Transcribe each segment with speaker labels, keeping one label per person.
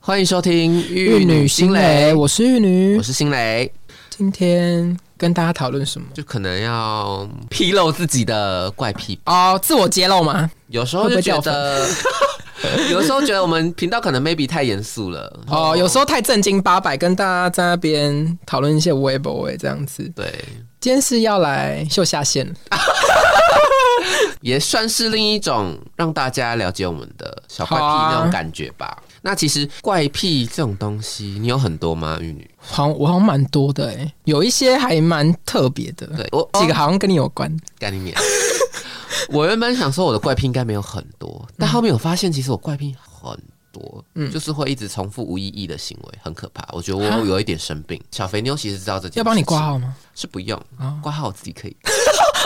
Speaker 1: 欢迎收听《
Speaker 2: 玉女
Speaker 1: 心
Speaker 2: 心蕾，我是玉女
Speaker 1: 我。是心蕾，
Speaker 2: 今天跟大家讨论什么？
Speaker 1: 就可能要披露自己的怪癖吧。
Speaker 2: 哦，自我揭露吗？
Speaker 1: 有时候就觉得， 有时候觉得我们频道可能 maybe 太严肃了。
Speaker 2: 哦，有时候太正经八百，跟大家在那边讨论一些微博哎这样子。
Speaker 1: 对，
Speaker 2: 今天是要来秀下限了，
Speaker 1: 也算是另一种让大家了解我们的小怪癖
Speaker 2: 好啊
Speaker 1: 那种感觉吧。那其实怪癖这种东西，你有很多吗，玉女？
Speaker 2: 好像我好像蛮多的哎，有一些还蛮特别的，
Speaker 1: 对我
Speaker 2: 几个好像跟你有关。
Speaker 1: 干你面。 我原本想说我的怪癖应该没有很多，但后面我发现其实我怪癖很多，
Speaker 2: 嗯
Speaker 1: 就是会一直重复无意义的行为，很可怕。我觉得我有一点生病。小肥妞其实知道这件事情，
Speaker 2: 要帮你挂号吗？
Speaker 1: 是不用
Speaker 2: 哦，
Speaker 1: 挂号我自己 可以。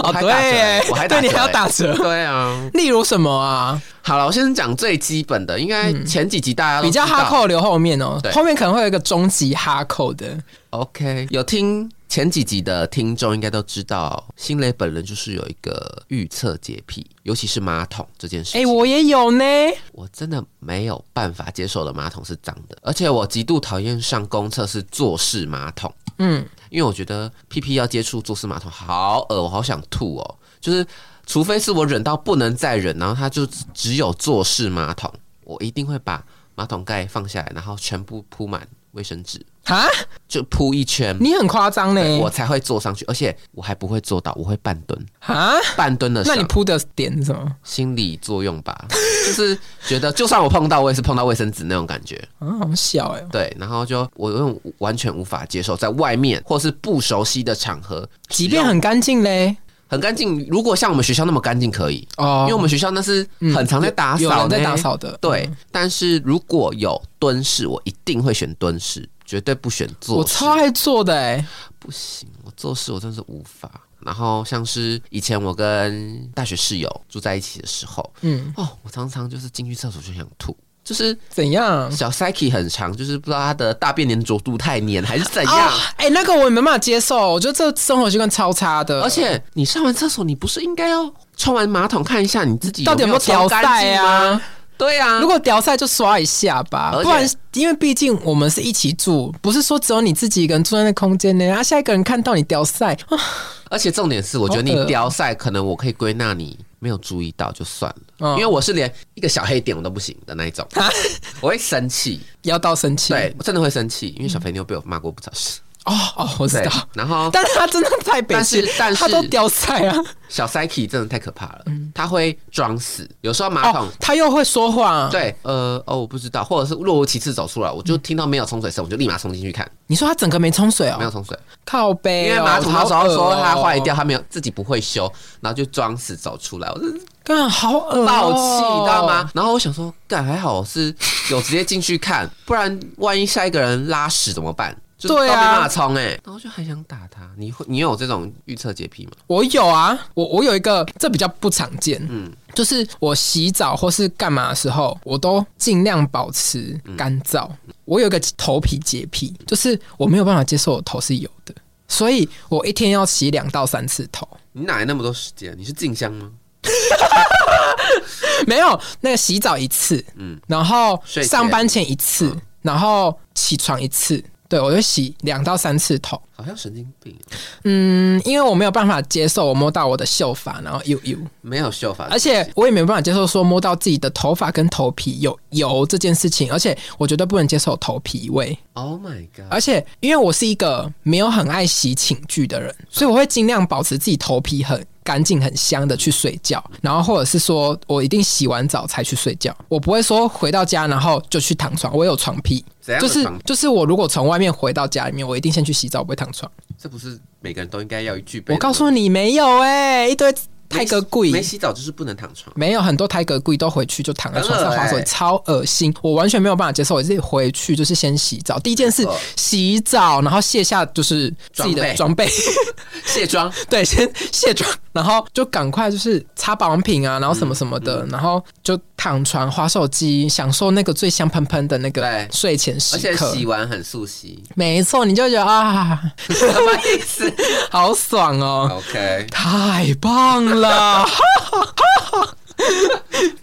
Speaker 1: 我
Speaker 2: 哦，
Speaker 1: 还
Speaker 2: 对
Speaker 1: 打折
Speaker 2: 哎，
Speaker 1: 我还打
Speaker 2: 对你
Speaker 1: 折
Speaker 2: 还要
Speaker 1: 哎
Speaker 2: 打折。
Speaker 1: 对啊，
Speaker 2: 例如什么啊？
Speaker 1: 好了，我先讲最基本的，应该前几集大家都
Speaker 2: 嗯比较
Speaker 1: 知道
Speaker 2: 哈。扣留后面哦
Speaker 1: 对，
Speaker 2: 后面可能会有一个终极哈扣的。
Speaker 1: OK，有听前几集的听众应该都知道，新蕾本人就是有一个预测洁癖，尤其是马桶这件事情。
Speaker 2: 哎，我也有呢。
Speaker 1: 我真的没有办法接受我的马桶是脏的，而且我极度讨厌上公厕是坐式马桶，
Speaker 2: 嗯，
Speaker 1: 因为我觉得屁屁要接触坐式马桶好恶，我好想吐哦。就是除非是我忍到不能再忍，然后它就只有坐式马桶，我一定会把马桶盖放下来，然后全部铺满卫生纸，
Speaker 2: 啊，
Speaker 1: 就铺一圈。
Speaker 2: 你很夸张呢。
Speaker 1: 我才会坐上去，而且我还不会坐到，我会半蹲，
Speaker 2: 啊，
Speaker 1: 半蹲的
Speaker 2: 那你
Speaker 1: 上
Speaker 2: 铺的点是什么？
Speaker 1: 心理作用吧，就是觉得就算我碰到，我也是碰到卫生纸那种感觉。
Speaker 2: 啊，好小哎、
Speaker 1: 对，然后就我用完全无法接受，在外面或是不熟悉的场合，
Speaker 2: 即便很干净嘞，
Speaker 1: 很干净，如果像我们学校那么干净可以，
Speaker 2: 哦
Speaker 1: 因为我们学校那是
Speaker 2: 嗯
Speaker 1: 很常在打
Speaker 2: 有有
Speaker 1: 扫
Speaker 2: 人
Speaker 1: 呢，
Speaker 2: 在打。扫的，嗯
Speaker 1: 对，但是如果有蹲式，我一定会选蹲式，绝对不选
Speaker 2: 我
Speaker 1: 坐式。
Speaker 2: 超爱做的哎、
Speaker 1: 不行，我做事我真是无法。然后像是以前我跟大学室友住在一起的时候，
Speaker 2: 嗯，
Speaker 1: 哦，我常常就是进去厕所就想吐，就是
Speaker 2: 怎样？
Speaker 1: 小 Psyche 很长，就是不知道他的大便粘着度太黏还是怎
Speaker 2: 啊
Speaker 1: 样。，
Speaker 2: 哎、那个我也没办法接受，我觉得这生活习惯超差的，
Speaker 1: 而且你上完厕所，你不是应该要冲完马桶看一下你自己
Speaker 2: 到底有
Speaker 1: 没
Speaker 2: 没有
Speaker 1: 调
Speaker 2: 屌赛 啊？
Speaker 1: 对啊，
Speaker 2: 如果屌赛就刷一下吧
Speaker 1: 而，且
Speaker 2: 不然因为毕竟我们是一起住，不是说只有你自己一个人住在那空间内，啊，下一个人看到你屌赛，啊
Speaker 1: 而且重点是，我觉得
Speaker 2: 好恶
Speaker 1: 你
Speaker 2: 哦
Speaker 1: 屌赛，可能我可以归纳你没有注意到就算了，
Speaker 2: 嗯
Speaker 1: 因为我是连一个小黑点我都不行的那一 种， 我会生气，
Speaker 2: 啊要到生气，
Speaker 1: 对我真的会生气，因为小肥妞被我骂过不少次，
Speaker 2: 哦哦， 我知
Speaker 1: 对
Speaker 2: 道。，
Speaker 1: 然后
Speaker 2: 但是他真的太北
Speaker 1: 但是
Speaker 2: 气
Speaker 1: 但是
Speaker 2: 他都屌赛啊！
Speaker 1: 小 Psyche 真的太可怕了，他会装死，有时候马桶
Speaker 2: 嗯哦，他又会说话。，
Speaker 1: 对，呃，哦，我不知道，或者是若无其事走出来，我就听到没有冲水声，我就立马冲进去看，
Speaker 2: 你说他整个没冲嗯水哦
Speaker 1: 没，有冲水，
Speaker 2: 靠背、哦，
Speaker 1: 因为马桶那时
Speaker 2: 好
Speaker 1: 候
Speaker 2: 恶
Speaker 1: 哎说
Speaker 2: 哦
Speaker 1: 它坏掉，，他没有自己不会修，然后就装死走出来，我真是
Speaker 2: 干好恶、哦，
Speaker 1: 爆气，你知道吗？？然后我想说，干还好我是有直接进去看，不然万一下一个人拉屎怎么办？就是都没
Speaker 2: 对啊
Speaker 1: 办法冲哎、然后就很想打他。你会你有这种预测洁癖吗？
Speaker 2: 我有啊，我我有一个，这比较不常见，
Speaker 1: 嗯
Speaker 2: 嗯，就是我洗澡或是干嘛的时候，我都尽量保持
Speaker 1: 嗯
Speaker 2: 干燥。我有一个头皮洁癖，就是我没有办法接受我头是油的，所以我一天要洗两到三次头。
Speaker 1: 你哪来那么多时间？你是静香吗？
Speaker 2: 没有，那个洗澡一次，
Speaker 1: 嗯
Speaker 2: 嗯，然后
Speaker 1: 睡前
Speaker 2: 上班前一次，然后起床一次。对，我就洗两到三次头，
Speaker 1: 好像神经病哦，
Speaker 2: 嗯，因为我没有办法接受我摸到我的秀发，然后油油，
Speaker 1: 没有秀发，
Speaker 2: 而且我也没有办法接受说摸到自己的头发跟头皮有油这件事情，而且我绝对不能接受头皮味，
Speaker 1: Oh my god！
Speaker 2: 而且因为我是一个没有很爱洗寝具的人，所以我会尽量保持自己头皮很干净、很香的去睡觉，然后或者是说我一定洗完澡才去睡觉，我不会说回到家然后就去躺床，我有床癖，
Speaker 1: 怎样
Speaker 2: 就
Speaker 1: 的
Speaker 2: 是
Speaker 1: 哎床
Speaker 2: 就是我如果从外面回到家里面，我一定先去洗澡，我不会躺床。
Speaker 1: 这不是每个人都应该要具备的吗。
Speaker 2: 我告诉你没有哎、一堆泰格贵
Speaker 1: 哎没洗澡就是不能躺床。
Speaker 2: 没有很多台格贵都回去就躺在床上
Speaker 1: 很恶
Speaker 2: 划手机，
Speaker 1: 欸
Speaker 2: 超恶心，我完全没有办法接受。我自己回去就是先洗澡，第一件事
Speaker 1: 没错
Speaker 2: 洗澡，然后卸下就是自己的
Speaker 1: 装
Speaker 2: 装备，
Speaker 1: 卸妆，
Speaker 2: 对，先卸妆，然后就赶快就是擦保养品啊，然后什么什么
Speaker 1: 嗯
Speaker 2: 的，然后就躺床划手机，享受那个最香喷喷的那
Speaker 1: 对
Speaker 2: 个睡前时
Speaker 1: 而且
Speaker 2: 刻。
Speaker 1: 洗完很素 洗，
Speaker 2: 没错，你就觉得啊，
Speaker 1: 什么意思
Speaker 2: 好爽哦，
Speaker 1: ？OK，
Speaker 2: 太棒了！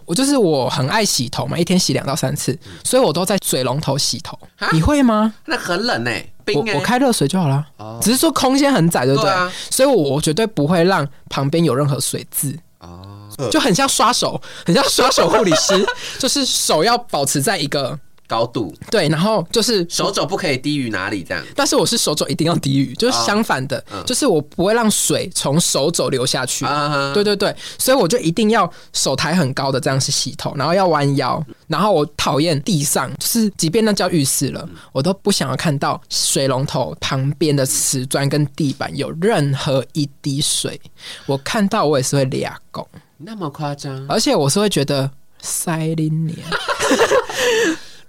Speaker 2: 我就是我很爱洗头嘛，一天洗两到三次，所以我都在水龙头洗头
Speaker 1: 啊。
Speaker 2: 你会吗？
Speaker 1: 那很冷哎、
Speaker 2: 我
Speaker 1: 冰哎、
Speaker 2: 我开热水就好了，
Speaker 1: 哦
Speaker 2: 只是说空间很窄，对不对？
Speaker 1: 对啊
Speaker 2: 所以我我绝对不会让旁边有任何水渍。
Speaker 1: 哦，
Speaker 2: 就很像刷手，很像刷手护理 师，就是手要保持在一个
Speaker 1: 高度
Speaker 2: 对，然后就是
Speaker 1: 手肘不可以低于哪里这样？
Speaker 2: 但是我是手肘一定要低于，
Speaker 1: 啊
Speaker 2: 就是相反的，
Speaker 1: 嗯
Speaker 2: 就是我不会让水从手肘流下去。
Speaker 1: 啊，
Speaker 2: 嗯对对对，所以我就一定要手抬很高的这样是洗头，然后要弯腰，然后我讨厌地上，就是即便那叫浴室了，我都不想要看到水龙头旁边的瓷砖跟地板有任何一滴水，我看到我也是会俩拱，
Speaker 1: 那么夸张，
Speaker 2: 而且我是会觉得塞林年。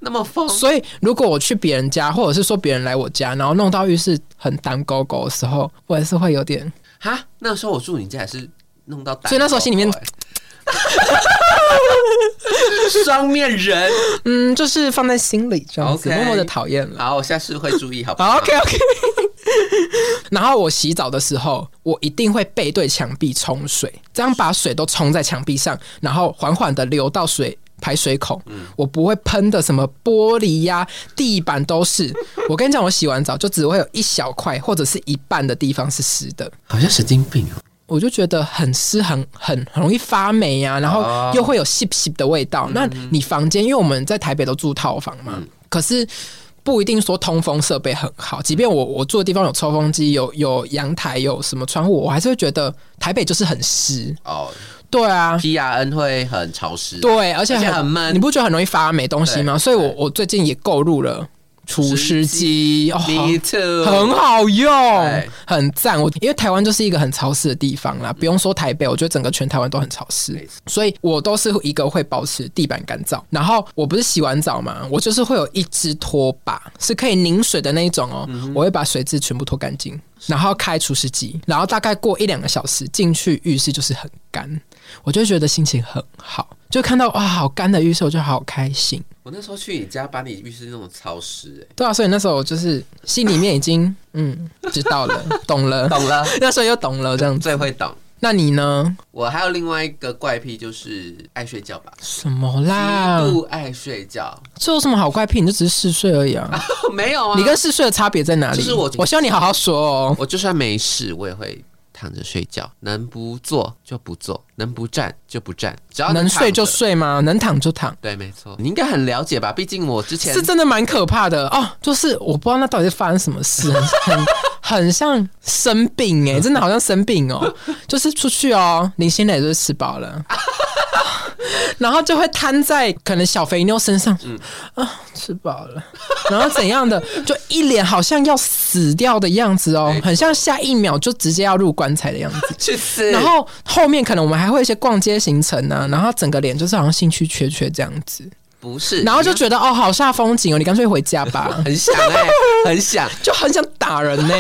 Speaker 1: 那么疯，
Speaker 2: 所以，如果我去别人家，或者是说别人来我家，然后弄到浴室很单勾勾的时候，我也是会有点。
Speaker 1: 哈，那时候我住你家也是弄到欸打，
Speaker 2: 所以那时候心里面
Speaker 1: 双面人。
Speaker 2: 嗯，就是放在心里这样子
Speaker 1: OK
Speaker 2: 默默的讨厌了。
Speaker 1: 好，我下次会注意，好不
Speaker 2: 好
Speaker 1: 好
Speaker 2: ，OK OK。然后我洗澡的时候，我一定会背对墙壁冲水，这样把水都冲在墙壁上，然后缓缓的流到水排水孔。我不会喷的什么玻璃呀、地板都是。我跟你讲，我洗完澡就只会有一小块或者是一半的地方是湿的。
Speaker 1: 好像神经病哦。
Speaker 2: 我就觉得很湿，很很很容易发霉啊，然后
Speaker 1: 哦嗯
Speaker 2: 又会有细细的味道。那你房间，因为我们在台北都住套房嘛，可是不一定说通风设备很好。即便我我住的地方有抽风机、有有阳台、有什么窗户，我还是会觉得台北就是很湿。
Speaker 1: 哦
Speaker 2: 对啊，
Speaker 1: ，P R N 会很潮湿，欸
Speaker 2: 对，而且
Speaker 1: 而且很闷
Speaker 2: 你不觉得很容易发霉东西吗？
Speaker 1: 对
Speaker 2: 所以我我最近也购入了除湿机，哦，
Speaker 1: ，Me too，
Speaker 2: 很好用
Speaker 1: 对，
Speaker 2: 很赞。我因为台湾就是一个很潮湿的地方啦，不用说台北，我觉得整个全台湾都很潮湿
Speaker 1: 没错，
Speaker 2: 所以我都是一个会保持地板干燥。然后我不是洗完澡嘛，我就是会有一只拖把，是可以拧水的那一种哦，我会把水渍全部拖干净，然后开除湿机，然后大概过一两个小时进去浴室就是很干，我就觉得心情很好，就看到哇好干的浴室，我就好开心。
Speaker 1: 我那时候去你家，把你浴室弄得潮湿，欸
Speaker 2: 对啊，所以那时候我就是心里面已经嗯知道了，懂了
Speaker 1: 哎，。懂了，
Speaker 2: 那时候又懂了这样子。
Speaker 1: 最会懂。
Speaker 2: 那你呢？
Speaker 1: 我还有另外一个怪癖，就是爱睡觉吧，
Speaker 2: 什么啦
Speaker 1: 极？度爱睡觉。
Speaker 2: 这有什么好怪癖？你就只是嗜睡而已啊！
Speaker 1: 没有啊，
Speaker 2: 你跟嗜睡的差别在哪里？
Speaker 1: 就是我
Speaker 2: 我希望你好好说哦。
Speaker 1: 我就算没事，我也会躺着睡觉，能不做就不做，能不站就不站，只要
Speaker 2: 能睡就
Speaker 1: 躺着。
Speaker 2: 睡吗？能躺就躺，
Speaker 1: 对，没错，你应该很了解吧？毕竟我之前
Speaker 2: 是真的蛮可怕的哦。就是我不知道那到底是发生什么事，很 很很像生病哎、真的好像生病哦。就是出去哦，林心磊就是吃饱了。 然后就会瘫在可能小肥妞身上，啊，吃饱了，然后怎样的，就一脸好像要死掉的样子哦
Speaker 1: 没，错
Speaker 2: 很像下一秒就直接要入棺材的样子。
Speaker 1: 去死，
Speaker 2: 然后后面可能我们还会有一些逛街行程啊，然后整个脸就是好像兴趣缺缺这样子，
Speaker 1: 不是，
Speaker 2: 然后就
Speaker 1: 你
Speaker 2: 觉得哦，好煞风景哦，你干脆回家吧
Speaker 1: ，很想哎、很想，
Speaker 2: 就很想打人 呢、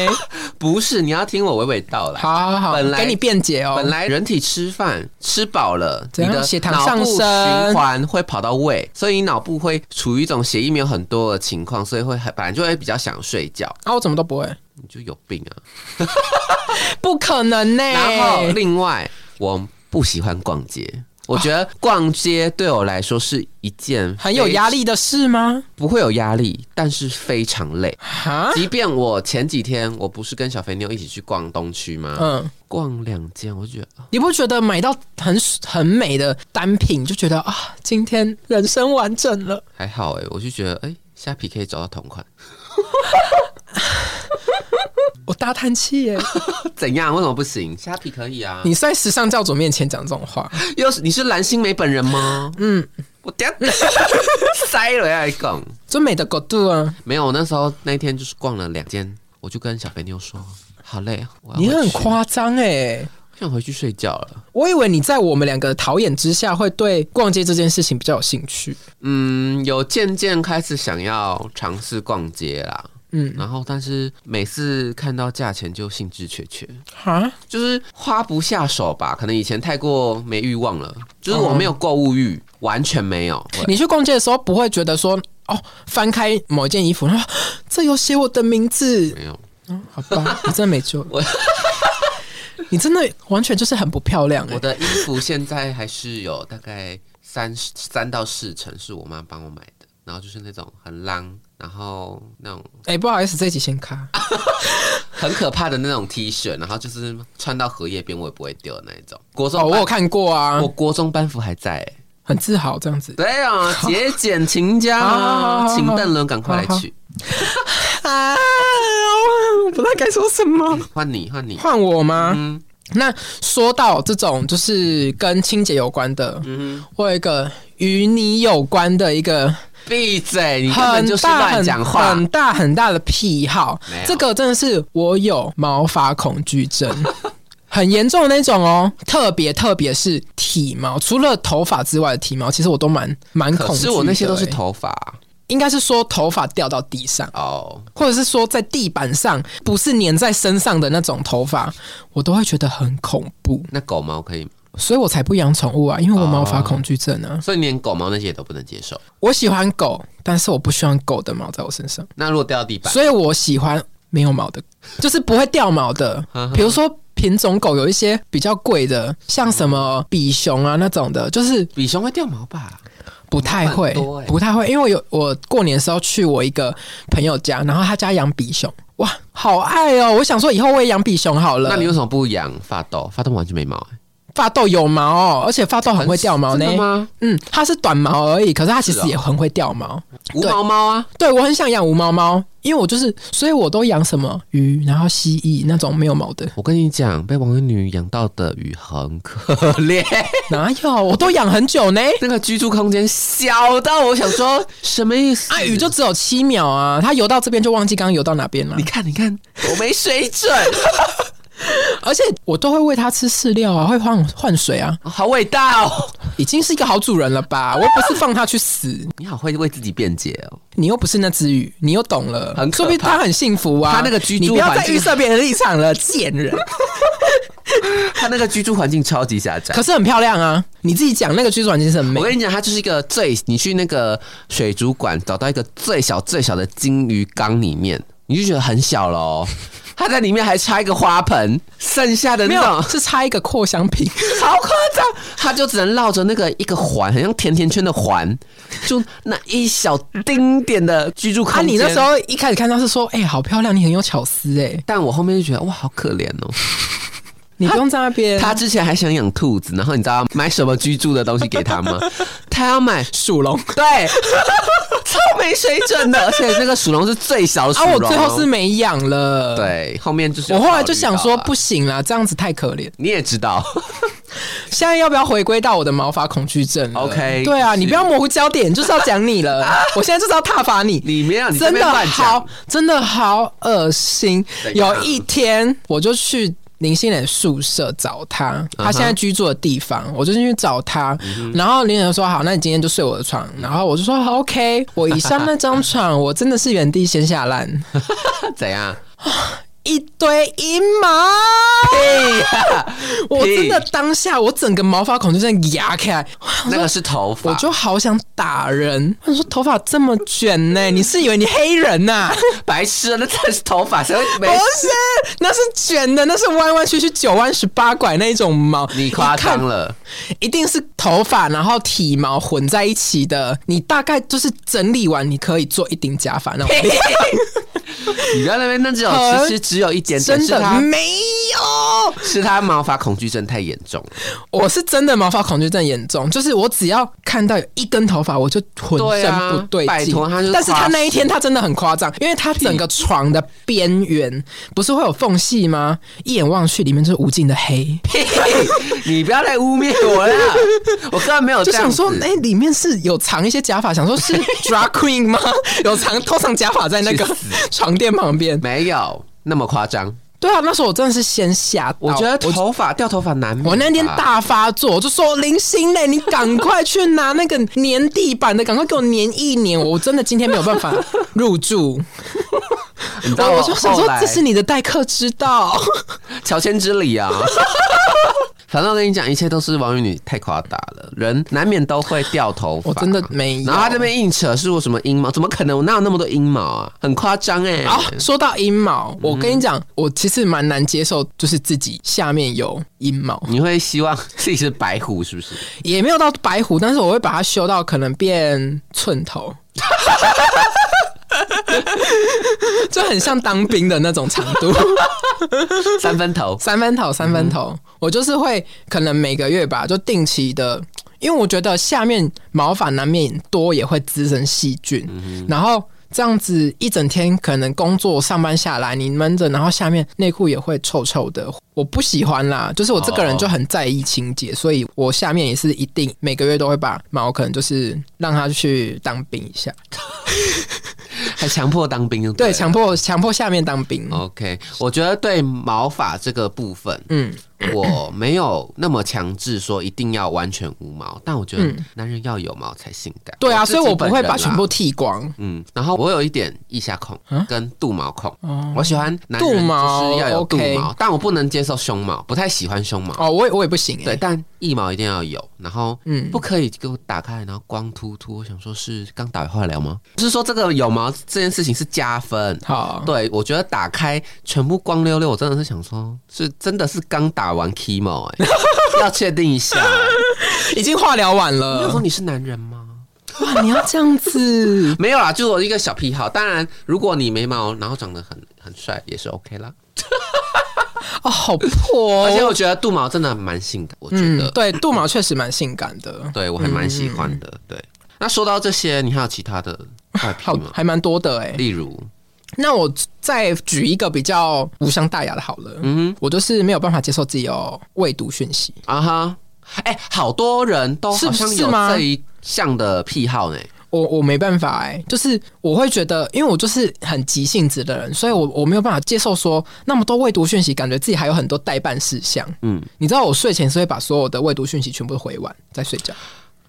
Speaker 1: 不是，你要听我娓娓道来。
Speaker 2: 好好好，
Speaker 1: 本来
Speaker 2: 给你辩解哦，
Speaker 1: 本来人体吃饭吃饱了，
Speaker 2: 怎
Speaker 1: 你
Speaker 2: 样
Speaker 1: 的
Speaker 2: 血糖
Speaker 1: 脑
Speaker 2: 上
Speaker 1: 部
Speaker 2: 升
Speaker 1: 循环会跑到胃，所以你脑部会处于一种血液没有很多的情况，所以会很本来就会比较想睡觉，
Speaker 2: 啊，我怎么都不会，
Speaker 1: 你就有病啊。
Speaker 2: 不可能呢、
Speaker 1: 然后另外，我不喜欢逛街。我觉得逛街对我来说是一件
Speaker 2: 很有压
Speaker 1: 力，
Speaker 2: 力的事吗？
Speaker 1: 不会有压力，但是非常累。
Speaker 2: 哈，
Speaker 1: 即便我前几天我不是跟小肥妞一起去逛东区吗？
Speaker 2: 嗯。
Speaker 1: 逛两间，我就觉得啊
Speaker 2: 你不觉得买到很很美的单品就觉得啊，今天人生完整了？
Speaker 1: 还好哎、我就觉得哎、虾皮可以找到同 款，
Speaker 2: 我大叹 气耶！
Speaker 1: 怎样？为什么不行？虾皮可以啊。
Speaker 2: 你在时尚教主面前讲这种话，
Speaker 1: 又是你是蓝心湄本人吗？嗯，我等下 塞了来讲。
Speaker 2: 最美的角度啊！
Speaker 1: 没有，我那时候那一天就是逛了两间，我就跟小肥妞说，好累啊，我要
Speaker 2: 你
Speaker 1: 回
Speaker 2: 很
Speaker 1: 去
Speaker 2: 夸张哎！
Speaker 1: 我想回去睡觉了。
Speaker 2: 我以为你在我们两个的陶冶之下，会对逛街这件事情比较有兴趣。
Speaker 1: 嗯，有渐渐开始想要尝试逛街啦。
Speaker 2: 嗯
Speaker 1: 嗯，然后但是每次看到价钱就兴致缺缺，
Speaker 2: 哈，
Speaker 1: 就是花不下手吧。可能以前太过没欲望了，就是我没有购物欲，完全没有。
Speaker 2: 你去逛街的时候不会觉得说哦，翻开某一件衣服，然后啊 这有写我的名字，
Speaker 1: 没有，
Speaker 2: 好吧，你真的没救了
Speaker 1: 我。
Speaker 2: 你真的完全就是很不漂亮、欸
Speaker 1: 我。的衣服现在还是有大概三三到四成是我妈帮我买的，然后就是那种很浪，然后那种
Speaker 2: 哎、不好意思，这一集先卡。
Speaker 1: 很可怕的那种 T 恤，然后就是穿到荷叶边我也不会丢的那一种。国中
Speaker 2: 哦，我
Speaker 1: 班
Speaker 2: 有看过啊
Speaker 1: 我，国中班服还在、欸。
Speaker 2: 很自豪这样子。
Speaker 1: 对啊， 节俭勤家
Speaker 2: 好好好好
Speaker 1: 啊，
Speaker 2: 好
Speaker 1: 请邓伦赶快来取，
Speaker 2: 啊，我不知道该说什么。
Speaker 1: 嗯换你换你，
Speaker 2: 换我吗？
Speaker 1: 嗯
Speaker 2: 那说到这种就是跟清洁有关的，
Speaker 1: 嗯，
Speaker 2: 我有一个与你有关的一个
Speaker 1: 闭嘴，你根本
Speaker 2: 很
Speaker 1: 就是
Speaker 2: 大
Speaker 1: 乱
Speaker 2: 很
Speaker 1: 讲话
Speaker 2: 很。大很大的癖好
Speaker 1: 没。有
Speaker 2: 这个真的是我有毛发恐惧症。 很严重的那种哦，特别特别是体毛，除了头发之外的体毛，其实我都蛮蛮恐
Speaker 1: 可
Speaker 2: 惧的
Speaker 1: 是我那些都是
Speaker 2: 欸，
Speaker 1: 头发
Speaker 2: 应该是说头发掉到地上，
Speaker 1: 哦，
Speaker 2: 或者是说在地板上，不是粘在身上的那种头发，我都会觉得很恐怖。
Speaker 1: 那狗毛可以吗？
Speaker 2: 所以我才不养宠物啊，因为我
Speaker 1: 哦
Speaker 2: 毛发恐惧症啊。
Speaker 1: 所以你连狗毛那些也都不能接受。
Speaker 2: 我喜欢狗，但是我不喜欢狗的毛在我身上，
Speaker 1: 那如果掉到地板，
Speaker 2: 所以我喜欢没有毛的，就是不会掉毛的
Speaker 1: 嗯。哼
Speaker 2: 比如说品种狗有一些比较贵的，像什么比熊啊那种的，就是
Speaker 1: 比熊会掉毛吧？
Speaker 2: 不太会
Speaker 1: 很多欸，
Speaker 2: 不太会。因为我有我过年的时候去我一个朋友家，然后他家养比熊，哇，好爱哦！我想说以后我也养比熊好了。
Speaker 1: 那你为什么不养发豆？发豆完全没毛、欸，
Speaker 2: 发豆有毛、哦，而且发豆很会掉毛呢
Speaker 1: 真。的吗？
Speaker 2: 嗯，它是短毛而已，可是它其实
Speaker 1: 是哦
Speaker 2: 也很会掉毛。
Speaker 1: 无毛猫啊，，
Speaker 2: 对我很想养无毛猫，因为我就是，所以我都养什么鱼，然后蜥蜴那种没有毛的
Speaker 1: 我跟你讲，被王一女养到的鱼很可 怜，
Speaker 2: 哪有？我都养很 久呢。
Speaker 1: 那个居住空间小到我想说什么意思？
Speaker 2: 啊，鱼就只有七秒啊，它游到这边就忘记刚刚游到哪边了
Speaker 1: 你。看，你看，我没水准，
Speaker 2: 而且我都会喂它吃饲料啊，会换换水啊，
Speaker 1: 好伟大哦！
Speaker 2: 已经是一个好主人了吧？我又不是放它去死，
Speaker 1: 你好会为自己辩解哦。
Speaker 2: 你又不是那只鱼，你又懂了，
Speaker 1: 很可怕
Speaker 2: 说不定它很幸福啊。
Speaker 1: 它那个居住
Speaker 2: 你不要再
Speaker 1: 环境
Speaker 2: 预设别人的立场了，贱 人。
Speaker 1: 他那个居住环境超级狭窄
Speaker 2: 可。是很漂亮啊，你自己讲那个居住环境是很美
Speaker 1: 我。跟你讲，它就是一个最，你去那个水族馆找到一个最小最小的金鱼缸里面，你就觉得很小了 哦。它在里面还插一个花盆，剩下的
Speaker 2: 没
Speaker 1: 那
Speaker 2: 有，
Speaker 1: 种
Speaker 2: 是插一个扩 香瓶。
Speaker 1: 好夸张，它就只能绕着那个一个环，很像甜甜圈的环，就那一小丁点的居住空
Speaker 2: 啊，
Speaker 1: 间。
Speaker 2: 你那时，候一开始看到是说，哎、好漂亮，你很有巧思哎、
Speaker 1: 但我后面就觉得哇，好可怜哦。
Speaker 2: 你不用在那边。
Speaker 1: 他之前还想养兔子，然后你知道买什么居住的东西给他 吗？他要买
Speaker 2: 属龙
Speaker 1: 对，超没水准的，而且那个属龙是最小的属
Speaker 2: 啊，
Speaker 1: 龙、
Speaker 2: 我最后是没养了。，
Speaker 1: 对，后面就是
Speaker 2: 我后来就想
Speaker 1: 考
Speaker 2: 说，
Speaker 1: 虑到啊
Speaker 2: 不，行啦，这样子太可怜。
Speaker 1: 你也知道，
Speaker 2: 现在要不要回归到我的毛发恐惧症了
Speaker 1: OK，
Speaker 2: 对啊，
Speaker 1: 是
Speaker 2: 你不要模糊焦点，就是要讲 你了。我现在就是要挞伐你。
Speaker 1: 你没有，你这
Speaker 2: 真
Speaker 1: 边
Speaker 2: 的
Speaker 1: 乱
Speaker 2: 好
Speaker 1: 讲，，
Speaker 2: 真的好恶心。
Speaker 1: 怎样
Speaker 2: 有一天，我就去林心磊宿舍找
Speaker 1: 嗯
Speaker 2: 他，他现在居住的地方，我就进去找他。然后林心磊说：“好，那你今天就睡我的床。”然后我就说好：“OK，我以上那张床，我真的是原地先下烂，
Speaker 1: 怎样？
Speaker 2: 一堆阴毛。”我真的当下，我整个毛发恐惧症压开来，
Speaker 1: 那个是头发，
Speaker 2: 我就好想打人。我说头发这么卷呢、你是以为你黑人呐、
Speaker 1: 白痴啊，那真的是头发，谁会没
Speaker 2: 不？是，那是卷的，那是弯弯曲曲九弯十八拐那一种毛。
Speaker 1: 你夸张
Speaker 2: 一看，
Speaker 1: 了，
Speaker 2: 一定是头发然后体毛混在一起的。你大概就是整理完，你可以做一顶假发那种。
Speaker 1: 你不要那边那只有
Speaker 2: 很
Speaker 1: 其实只有一点点，
Speaker 2: 真
Speaker 1: 是
Speaker 2: 的
Speaker 1: 他
Speaker 2: 没有，
Speaker 1: 是他毛发恐惧症太严重 了，
Speaker 2: 我是真的毛发恐惧症严重，就是我只要看到有一根头发，我就浑
Speaker 1: 对
Speaker 2: 身
Speaker 1: 啊
Speaker 2: 不对
Speaker 1: 拜
Speaker 2: 劲。
Speaker 1: 托他就是
Speaker 2: 但是
Speaker 1: 夸
Speaker 2: 他那一
Speaker 1: 饰
Speaker 2: 天他真的很夸张，因为他整个床的边缘不是会有缝隙吗？一眼望去，里面就是无尽 的黑。
Speaker 1: 你不要再污蔑我了，我根本没有
Speaker 2: 就
Speaker 1: 这样
Speaker 2: 想
Speaker 1: 子
Speaker 2: 说，哎、里面是有藏一些假发，想 说是 drag queen 吗？有藏偷藏假发在那个床垫旁边。
Speaker 1: 没有那么夸张。哦
Speaker 2: 对啊，那时候我真的是先吓到，
Speaker 1: 我觉得头发掉头发难免吧。
Speaker 2: 我那天大发作，我就说林心蕾，你赶快去拿那个粘地板的，赶快给我粘一粘，我真的今天没有办法 入住。
Speaker 1: 哦你知道
Speaker 2: 我
Speaker 1: 我
Speaker 2: 我就想
Speaker 1: 后
Speaker 2: 说，
Speaker 1: 来
Speaker 2: 这是你的待客之道。
Speaker 1: 乔迁之礼啊。反正我跟你讲，一切都是王玉女太夸大了，人难免都会掉头发。
Speaker 2: 我真的没有
Speaker 1: 然后他这边硬扯是我什么阴毛？怎么可能？我哪有那么多阴毛啊？很夸张哎！
Speaker 2: 啊，说到阴
Speaker 1: 嗯
Speaker 2: 毛，我跟你讲，我其实蛮难接受，就是自己下面有阴毛，
Speaker 1: 你会希望自己是白虎是不 是？
Speaker 2: 也没有到白胡，但是我会把它修到可能变 寸头， 就很像当兵的那种长度，
Speaker 1: 三分头，
Speaker 2: 三分头，三分
Speaker 1: 嗯
Speaker 2: 头。我就是会可能每个月吧，就定期的，因为我觉得下面毛发难免多也会滋生细菌，
Speaker 1: 嗯
Speaker 2: 然后。这样子一整天，可能工作上班下来，你闷着，然后下面内裤也会臭臭的，我不喜欢啦。就是我这个人就很在意清洁，所以我下面也是一定每个月都会把毛，可能就是让它去当兵一下，
Speaker 1: 还强迫当兵就
Speaker 2: 对，
Speaker 1: 了
Speaker 2: 强迫强迫下面当兵。
Speaker 1: OK，我觉得对毛发这个部分，
Speaker 2: 嗯，
Speaker 1: 我没有那么强制说一定要完全无毛，但我觉得男人要有毛才性感。
Speaker 2: 嗯对啊，
Speaker 1: 自
Speaker 2: 所以
Speaker 1: 己
Speaker 2: 我不
Speaker 1: 本
Speaker 2: 会
Speaker 1: 人啦
Speaker 2: 把全部。啊剃光。
Speaker 1: 嗯，然后我有一点腋下控跟肚毛控，我喜欢男
Speaker 2: 肚
Speaker 1: 人
Speaker 2: 哦毛
Speaker 1: 就是要有肚
Speaker 2: OK
Speaker 1: 毛，但我不能接受胸毛，不太喜欢胸毛。
Speaker 2: 哦，我也我也不行哎、
Speaker 1: 对，但腋毛一定要有，然后
Speaker 2: 嗯
Speaker 1: 不可以给我打开，然后光秃秃。我想说是刚打完化疗吗？就是说这个有毛这件事情是加分，
Speaker 2: 好，
Speaker 1: 对，我觉得打开全部光溜溜，我真的是想说，是真的是刚打完 chemo 哎、 要确定一 下。
Speaker 2: 已经化疗完
Speaker 1: 我想
Speaker 2: 了
Speaker 1: 说。你是男人吗？，
Speaker 2: 哇，你要这样子
Speaker 1: 没有啦，就是我一个小癖好。当然，如果你眉毛然后长得很很帅，也是 OK 啦。
Speaker 2: 哦，好破、
Speaker 1: 而且
Speaker 2: 哦。
Speaker 1: 我觉得肚毛真的蛮性感，我觉得，
Speaker 2: 嗯，对，肚毛确实蛮性感的，
Speaker 1: 对我还蛮喜欢
Speaker 2: 嗯
Speaker 1: 的。对，那说到这些，你还有其他的怪癖
Speaker 2: 好
Speaker 1: 吗，？
Speaker 2: 还蛮多的哎、
Speaker 1: 例如，
Speaker 2: 那我再举一个比较无伤大雅的好了，
Speaker 1: 嗯
Speaker 2: 我就是没有办法接受自己有未读讯息。
Speaker 1: 啊哈，哎、好多人都
Speaker 2: 是
Speaker 1: 好像
Speaker 2: 是
Speaker 1: 有
Speaker 2: 吗
Speaker 1: 这一项的癖好呢、
Speaker 2: 我我没办法哎、就是我会觉得，因为我就是很急性子的人，所以我我没有办法接受说那么多未读讯息，感觉自己还有很多待办事项。
Speaker 1: 嗯，
Speaker 2: 你知道我睡前是会把所有的未读讯息全部都回完再睡觉。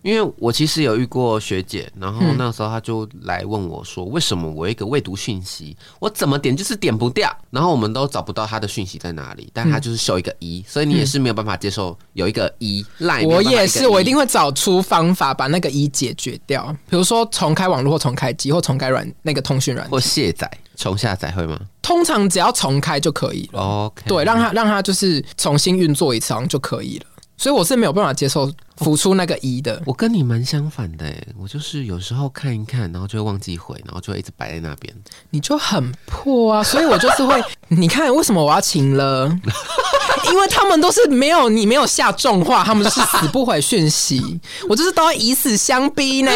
Speaker 1: 因为我其实有遇过学姐，然后那时候她就来问我说，为什么我有一个未读讯息，我怎么点就是点不掉，然后我们都找不到她的讯息在哪里，但她就是秀一个一、所以你也是没有办法接受有一个一赖、
Speaker 2: 我也是，我一定
Speaker 1: 会。
Speaker 2: 会找出方法把那个一解决掉，比如说重开网络或重开机或重开软那个通讯软件
Speaker 1: 或卸载、重下载会吗
Speaker 2: 通常只要重开就可以了。
Speaker 1: ？OK，
Speaker 2: 对，让它让它就是重新运作一次好像就可以了。所以我是没有办法接受浮出那个 一的。
Speaker 1: 我跟你蛮相反的欸，我就是有时候看一看，然后就会忘记回，然后就会一直摆在那边。
Speaker 2: 你就很破啊，所以我就是 会，你看为什么我要请了？因为他们都是没有你没有下重话，他们就是死不回讯息， 我就是都要以死相逼呢。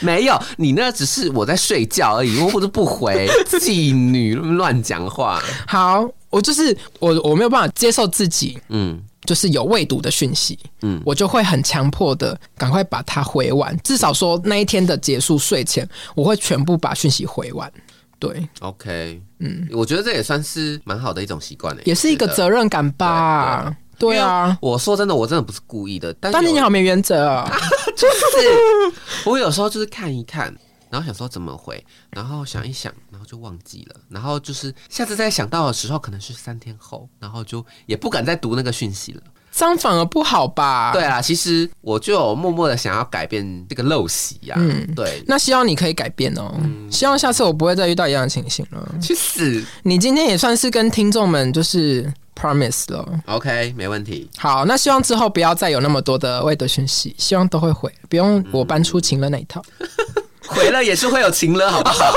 Speaker 1: 没有，你那只是我在睡觉而已，我不是不 回，妓女乱讲话。
Speaker 2: 好，我就是我我没有办法接受自己
Speaker 1: 嗯，
Speaker 2: 就是有未读的讯息，
Speaker 1: 嗯
Speaker 2: 嗯，我就会很强迫的赶快把它回完，至少说那一天的结束睡前，我会全部把讯息回完。对，
Speaker 1: OK，嗯，我觉得这也算是蛮好的一种习惯诶，欸
Speaker 2: 也是一个
Speaker 1: 我觉得。
Speaker 2: 责任感吧。对啊，
Speaker 1: 我说真的，我真的不是故意的，但
Speaker 2: 但是你
Speaker 1: 有
Speaker 2: 好没原则啊！
Speaker 1: 就是，我有时候就是看一看，然后想说怎么回，然后想一想，然后就忘记了，然后就是下次再想到的时候，可能是三天后，然后就也不敢再读那个讯息了。
Speaker 2: 这样反而不好吧？
Speaker 1: 对，啊，其实我就有默默的想要改变这个陋习呀、嗯，对，
Speaker 2: 那希望你可以改变哦。希望下次我不会再遇到一样的情形了。
Speaker 1: 去死
Speaker 2: 你今天也算是跟听众们就是 promise 了。
Speaker 1: ！OK，没问题。
Speaker 2: 好，那希望之后不要再有那么多的未读讯息，希望都会回，不用我搬出情了那一套。
Speaker 1: 回了也是会有情了，好不好？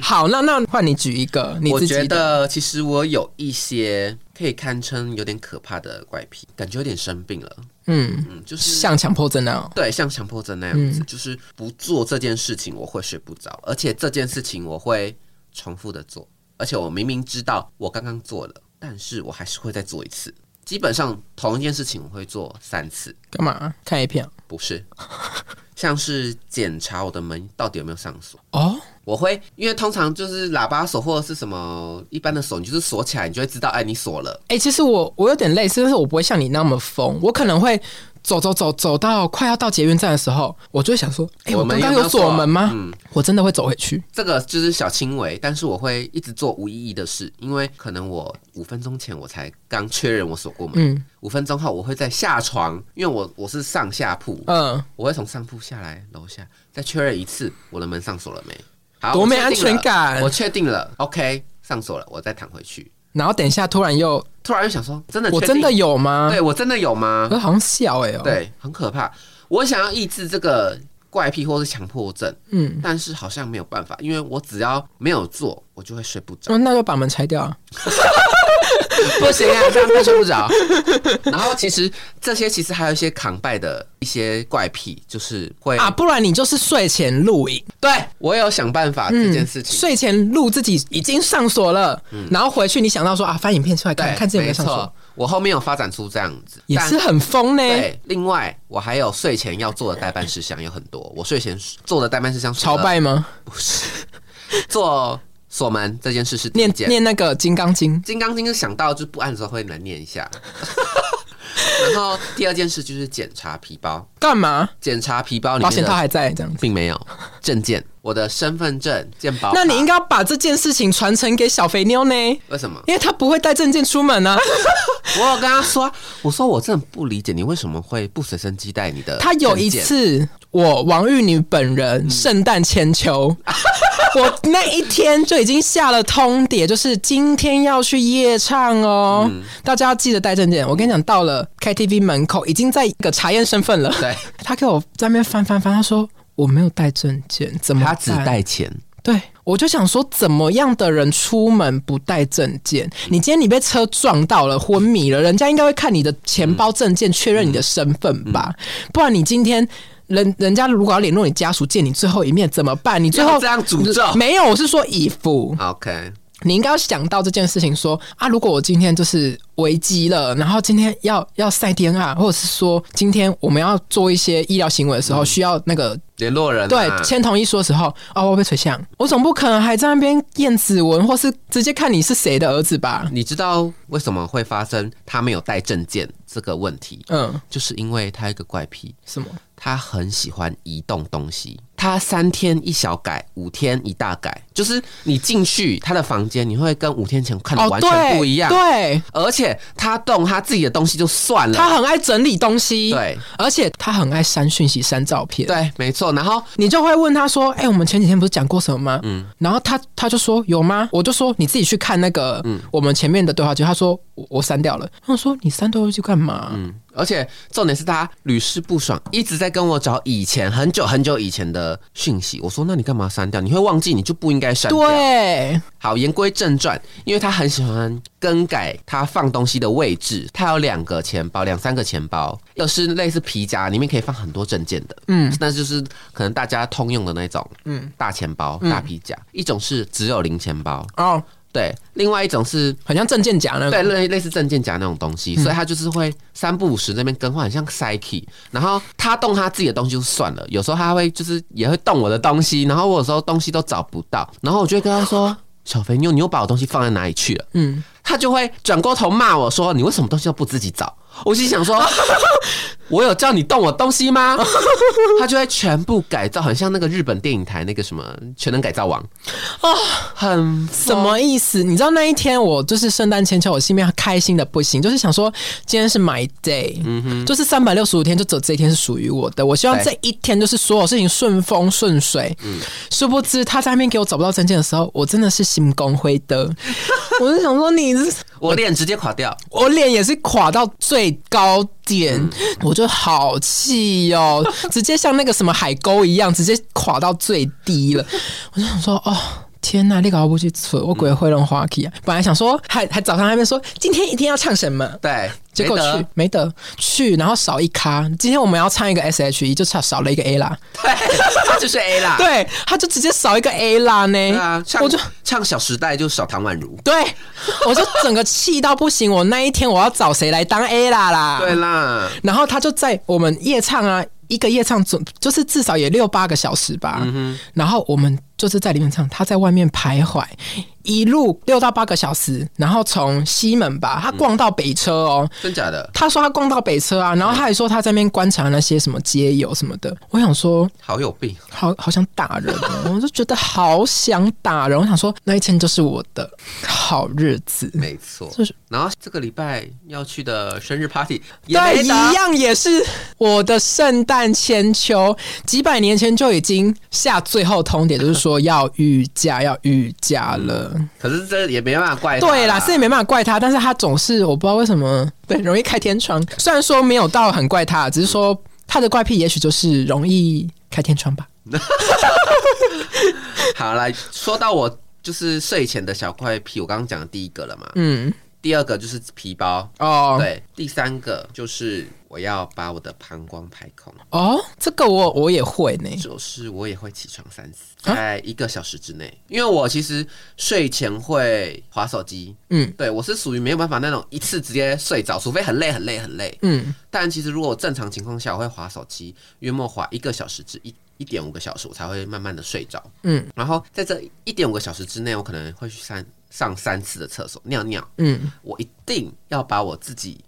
Speaker 2: 好，那那换你举一个你
Speaker 1: 我
Speaker 2: 自己
Speaker 1: 觉
Speaker 2: 的。
Speaker 1: 得其实我有一些可以堪称有点可怕的怪癖，感觉有点生病了。
Speaker 2: 嗯，
Speaker 1: 嗯，就是
Speaker 2: 像嗯强迫症啊那样。
Speaker 1: 对，像强迫症那样子，就是不做这件事情我会睡不着，而且这件事情我会重复的做，而且我明明知道我刚刚做了，但是我还是会再做一次。基本上同一件事情我会做三次，
Speaker 2: 干嘛？看 A 片啊？
Speaker 1: 不是， 像是检查我的门到底有没有上锁。
Speaker 2: 哦，
Speaker 1: 我会，因为通常就是喇叭锁或者是什么一般的锁，你就是锁起来，你就会知道，哎，你锁了。
Speaker 2: 哎、其实我我有点类似，但是我不会像你那么疯，我可能会走走走走到快要到捷运站的时候，我就会想说，哎、
Speaker 1: 我
Speaker 2: 我
Speaker 1: 们
Speaker 2: 刚刚
Speaker 1: 有没有
Speaker 2: 有锁门吗？
Speaker 1: 错嗯
Speaker 2: 我真的会走回去。
Speaker 1: 这个就是小轻微，但是我会一直做无意义的事，因为可能我五分钟前我才刚确认我锁过门，
Speaker 2: 嗯
Speaker 1: 五分钟后我会再下床，因为我我是上下铺，
Speaker 2: 嗯，
Speaker 1: 我会从上铺下来楼下再确认一次我的门上锁了没，好，
Speaker 2: 多
Speaker 1: 我
Speaker 2: 没
Speaker 1: 确
Speaker 2: 安
Speaker 1: 定了
Speaker 2: 全，感
Speaker 1: 我。确定了，OK，上锁了，我再躺回去，
Speaker 2: 然后等一下突然又，
Speaker 1: 突然又想说，真的
Speaker 2: 我
Speaker 1: 确定
Speaker 2: 真的有吗？
Speaker 1: 对我真的有吗？
Speaker 2: 我好像笑哎、哦。，
Speaker 1: 对，很可怕。我想要抑制这个怪癖或是强迫症，
Speaker 2: 嗯，
Speaker 1: 但是好像没有办法，因为我只要没有做，我就会睡不 着。
Speaker 2: 哦那那就把门拆掉啊。
Speaker 1: 不行啊， 这样会睡不着。然后其实这些其实还有一些扛拜的一些怪癖，就是会、
Speaker 2: 啊，不然你就是睡前录影
Speaker 1: 对我有想办法
Speaker 2: 嗯
Speaker 1: 这件事情。
Speaker 2: 睡前录自己已经上锁了，然后回去你想到说啊，翻影片出来看
Speaker 1: 对，
Speaker 2: 看自己有没
Speaker 1: 没
Speaker 2: 有上锁，
Speaker 1: 错，我后面有发展出这样子，
Speaker 2: 也
Speaker 1: 但
Speaker 2: 是啊很疯呢。
Speaker 1: 对，另外我还有睡前要做的代办事项有很多，我睡前做的代办事项除
Speaker 2: 朝
Speaker 1: 了
Speaker 2: 拜吗？
Speaker 1: 做锁门这件事是第一
Speaker 2: 念
Speaker 1: 件，
Speaker 2: 念那个《金刚经》，
Speaker 1: 金刚经是想到就不按的时候会难念一下。 然后第二件事就是检查皮包，
Speaker 2: 干嘛？
Speaker 1: 检查皮包里
Speaker 2: 保险
Speaker 1: 面
Speaker 2: 套
Speaker 1: 的
Speaker 2: 还在这样子。
Speaker 1: 并没有证件，我的身份证、健保卡。
Speaker 2: 那你应该要把这件事情传承给小肥妞呢，
Speaker 1: 为什么？
Speaker 2: 因为她不会带证件出门啊。
Speaker 1: 我有跟他说，我说我真的不理解你为什么会不随身携带你的。
Speaker 2: 她有一，次，我王玉女本人圣诞千秋，我那一天就已经下了通牒，就是今天要去夜唱哦，大家要记得带证件。我跟你讲，到了 KTV 门口，已经在一个查验身 份了。
Speaker 1: 对，
Speaker 2: 他给我在那边翻翻翻，他说我没有带证件，怎么
Speaker 1: 他
Speaker 2: 办？
Speaker 1: 只带钱，
Speaker 2: 对，我就想说，怎么样的人出门不带证件？
Speaker 1: 嗯
Speaker 2: 你今天你被车撞到了，昏迷了，人家应该会看你的钱包、证件，确认你的身份吧？
Speaker 1: 嗯
Speaker 2: 不然你今天。人人家如果要联络你家属见你最后一面怎么办？你最后
Speaker 1: 要这样诅咒
Speaker 2: 没有，我是说以服，
Speaker 1: OK，
Speaker 2: 你应该要想到这件事情说啊，如果我今天就是危机了，然后今天要要晒 DNR，或者是说今天我们要做一些医疗行为的时
Speaker 1: 嗯
Speaker 2: 候，需要那个
Speaker 1: 联络人、啊、
Speaker 2: 对，签同意书的时候，哦，我被垂像，我总不可能还在那边验指纹，或是直接看你是谁的儿子吧？
Speaker 1: 你知道为什么会发生他没有带证件这个问题？
Speaker 2: 嗯，
Speaker 1: 就是因为他有一个怪癖，
Speaker 2: 什么？
Speaker 1: 他很喜欢移动东西。他三天一小改，五天一大改，就是你进去他的房间，你会跟五天前看的
Speaker 2: 哦，
Speaker 1: 完全
Speaker 2: 对，
Speaker 1: 不一样。
Speaker 2: 对，
Speaker 1: 而且他动他自己的东西就算了，
Speaker 2: 他很爱整理东西，，
Speaker 1: 对
Speaker 2: 而且他很爱删讯息、删照片，。
Speaker 1: 对，没错。然后
Speaker 2: 你就会问他说：“哎、我们前几天不是讲过什么吗？”嗯，然后他他就说：“有吗？”我就说：“你自己去看那个，
Speaker 1: 嗯
Speaker 2: 我们前面的对话记录。”他说：“我我删掉了。”他说：“你删对话记录干嘛？”
Speaker 1: 嗯，而且重点是他屡试不爽，一直在跟我找以前很久很久以前的讯息。我说：“那你干嘛删掉？你会忘记，你就不应该删掉。”
Speaker 2: 对，
Speaker 1: 好，言归正传，因为他很喜欢更改他放东西的位置。他有两个钱包，两三个钱包，一个是类似皮夹，里面可以放很多证件的，
Speaker 2: 嗯，
Speaker 1: 那就是可能大家通用的那种，嗯，大钱包、大皮夹。一种是只有零钱包，
Speaker 2: 哦，
Speaker 1: 对，另外一种是
Speaker 2: 很像证件夹那
Speaker 1: 对，
Speaker 2: 个，
Speaker 1: 类类似证件夹那种东西，
Speaker 2: 嗯
Speaker 1: 所以他就是会三不五时那边更换，很像 psyche。然后他动他自己的东西就算了，有时候他会就是也会动我的东西，然后我有时候东西都找不到，然后我就会跟他说：“小肥妞，你又把我东西放在哪里去了？”
Speaker 2: 嗯，
Speaker 1: 他就会转过头骂我说：“你为什么东西都不自己找？”我心想说：“我有叫你动我东西吗？”他就会全部改造，很像那个日本电影台那个什么《全能改造王》
Speaker 2: 哦
Speaker 1: 啊，很
Speaker 2: 什么意思？你知道那一天我就是圣诞前秋，我心里面开心的不行，就是想说今天是 my day，、就是三百六十五天，就只有这一天是属于我的。我希望这
Speaker 1: 对
Speaker 2: 一天就是所有事情顺风顺水。殊不知他在那边给我找不到证件的时候，我真的是心功灰的。我就想说你是，
Speaker 1: 我脸直接垮掉。
Speaker 2: 我脸也是垮到最高点，
Speaker 1: 嗯
Speaker 2: 我就好气哦， 直接像那个什么海沟一样，直接垮到最低了。我就想说，哦。天呐，那个熬不去存，我鬼会弄花旗啊！本来想说，还还早上那边说今天一定要唱什么，
Speaker 1: 对，
Speaker 2: 结果
Speaker 1: 没得
Speaker 2: 去没得去，然后少一咖。今天我们要唱一个 S H E，就差少了一个 A 啦。
Speaker 1: 对，他就是 A 啦。
Speaker 2: 对，他就直接少一个 A 啦呢。
Speaker 1: 啊对啊，唱
Speaker 2: 我就
Speaker 1: 唱《小时代》就少唐宛如。
Speaker 2: 对，我就整个气到不行。我那一天我要找谁来当 A 啦啦？
Speaker 1: 对啦，
Speaker 2: 然后他就在我们夜唱啊，一个夜唱总就是至少也六八个小时吧。然后我们就是在里面唱，他在外面徘徊，一路六到八个小时，然后从西门吧，他逛到北车哦。
Speaker 1: 真假的？
Speaker 2: 他说他逛到北车啊，然后他还说他在那边观察那些什么街友什么的。我想说，
Speaker 1: 好有病！
Speaker 2: 好好想打人哦、我就觉得好想打人。我想说那一天就是我的好日子，
Speaker 1: 没错，
Speaker 2: 就是
Speaker 1: 然后这个礼拜要去的生日 party 也
Speaker 2: 对，
Speaker 1: 没
Speaker 2: 一
Speaker 1: 打，
Speaker 2: 样也是我的圣诞千秋，几百年前就已经下最后通牒，就是说要御驾，要御驾了。
Speaker 1: 可是这也没办法怪他
Speaker 2: 对啦，这也没办法怪他，但是他总是我不知道为什么，对，容易开天窗。虽然说没有到很怪他，只是说他的怪癖也许就是容易开天窗吧。
Speaker 1: 好来说到我就是睡前的小怪癖，我刚刚讲的第一个了嘛，
Speaker 2: 嗯，
Speaker 1: 第二个就是皮包，
Speaker 2: 哦，
Speaker 1: 对，第三个就是我要把我的膀胱排空，
Speaker 2: 哦，这个我我也会呢。
Speaker 1: 就是我也会起床三次，
Speaker 2: 啊
Speaker 1: 在一个小时之内，因为我其实睡前会划手机，
Speaker 2: 嗯
Speaker 1: 对我是属于没有办法那种一次直接睡着，除非很累很累很累。
Speaker 2: 嗯，
Speaker 1: 但其实如果正常情况下，我会划手机，约莫划一个小时至一一点五个小时，我才会慢慢的睡着。
Speaker 2: 嗯，
Speaker 1: 然后在这一点五个小时之内，我可能会去三上三次的厕所尿尿，
Speaker 2: 嗯，
Speaker 1: 我一定要把我自己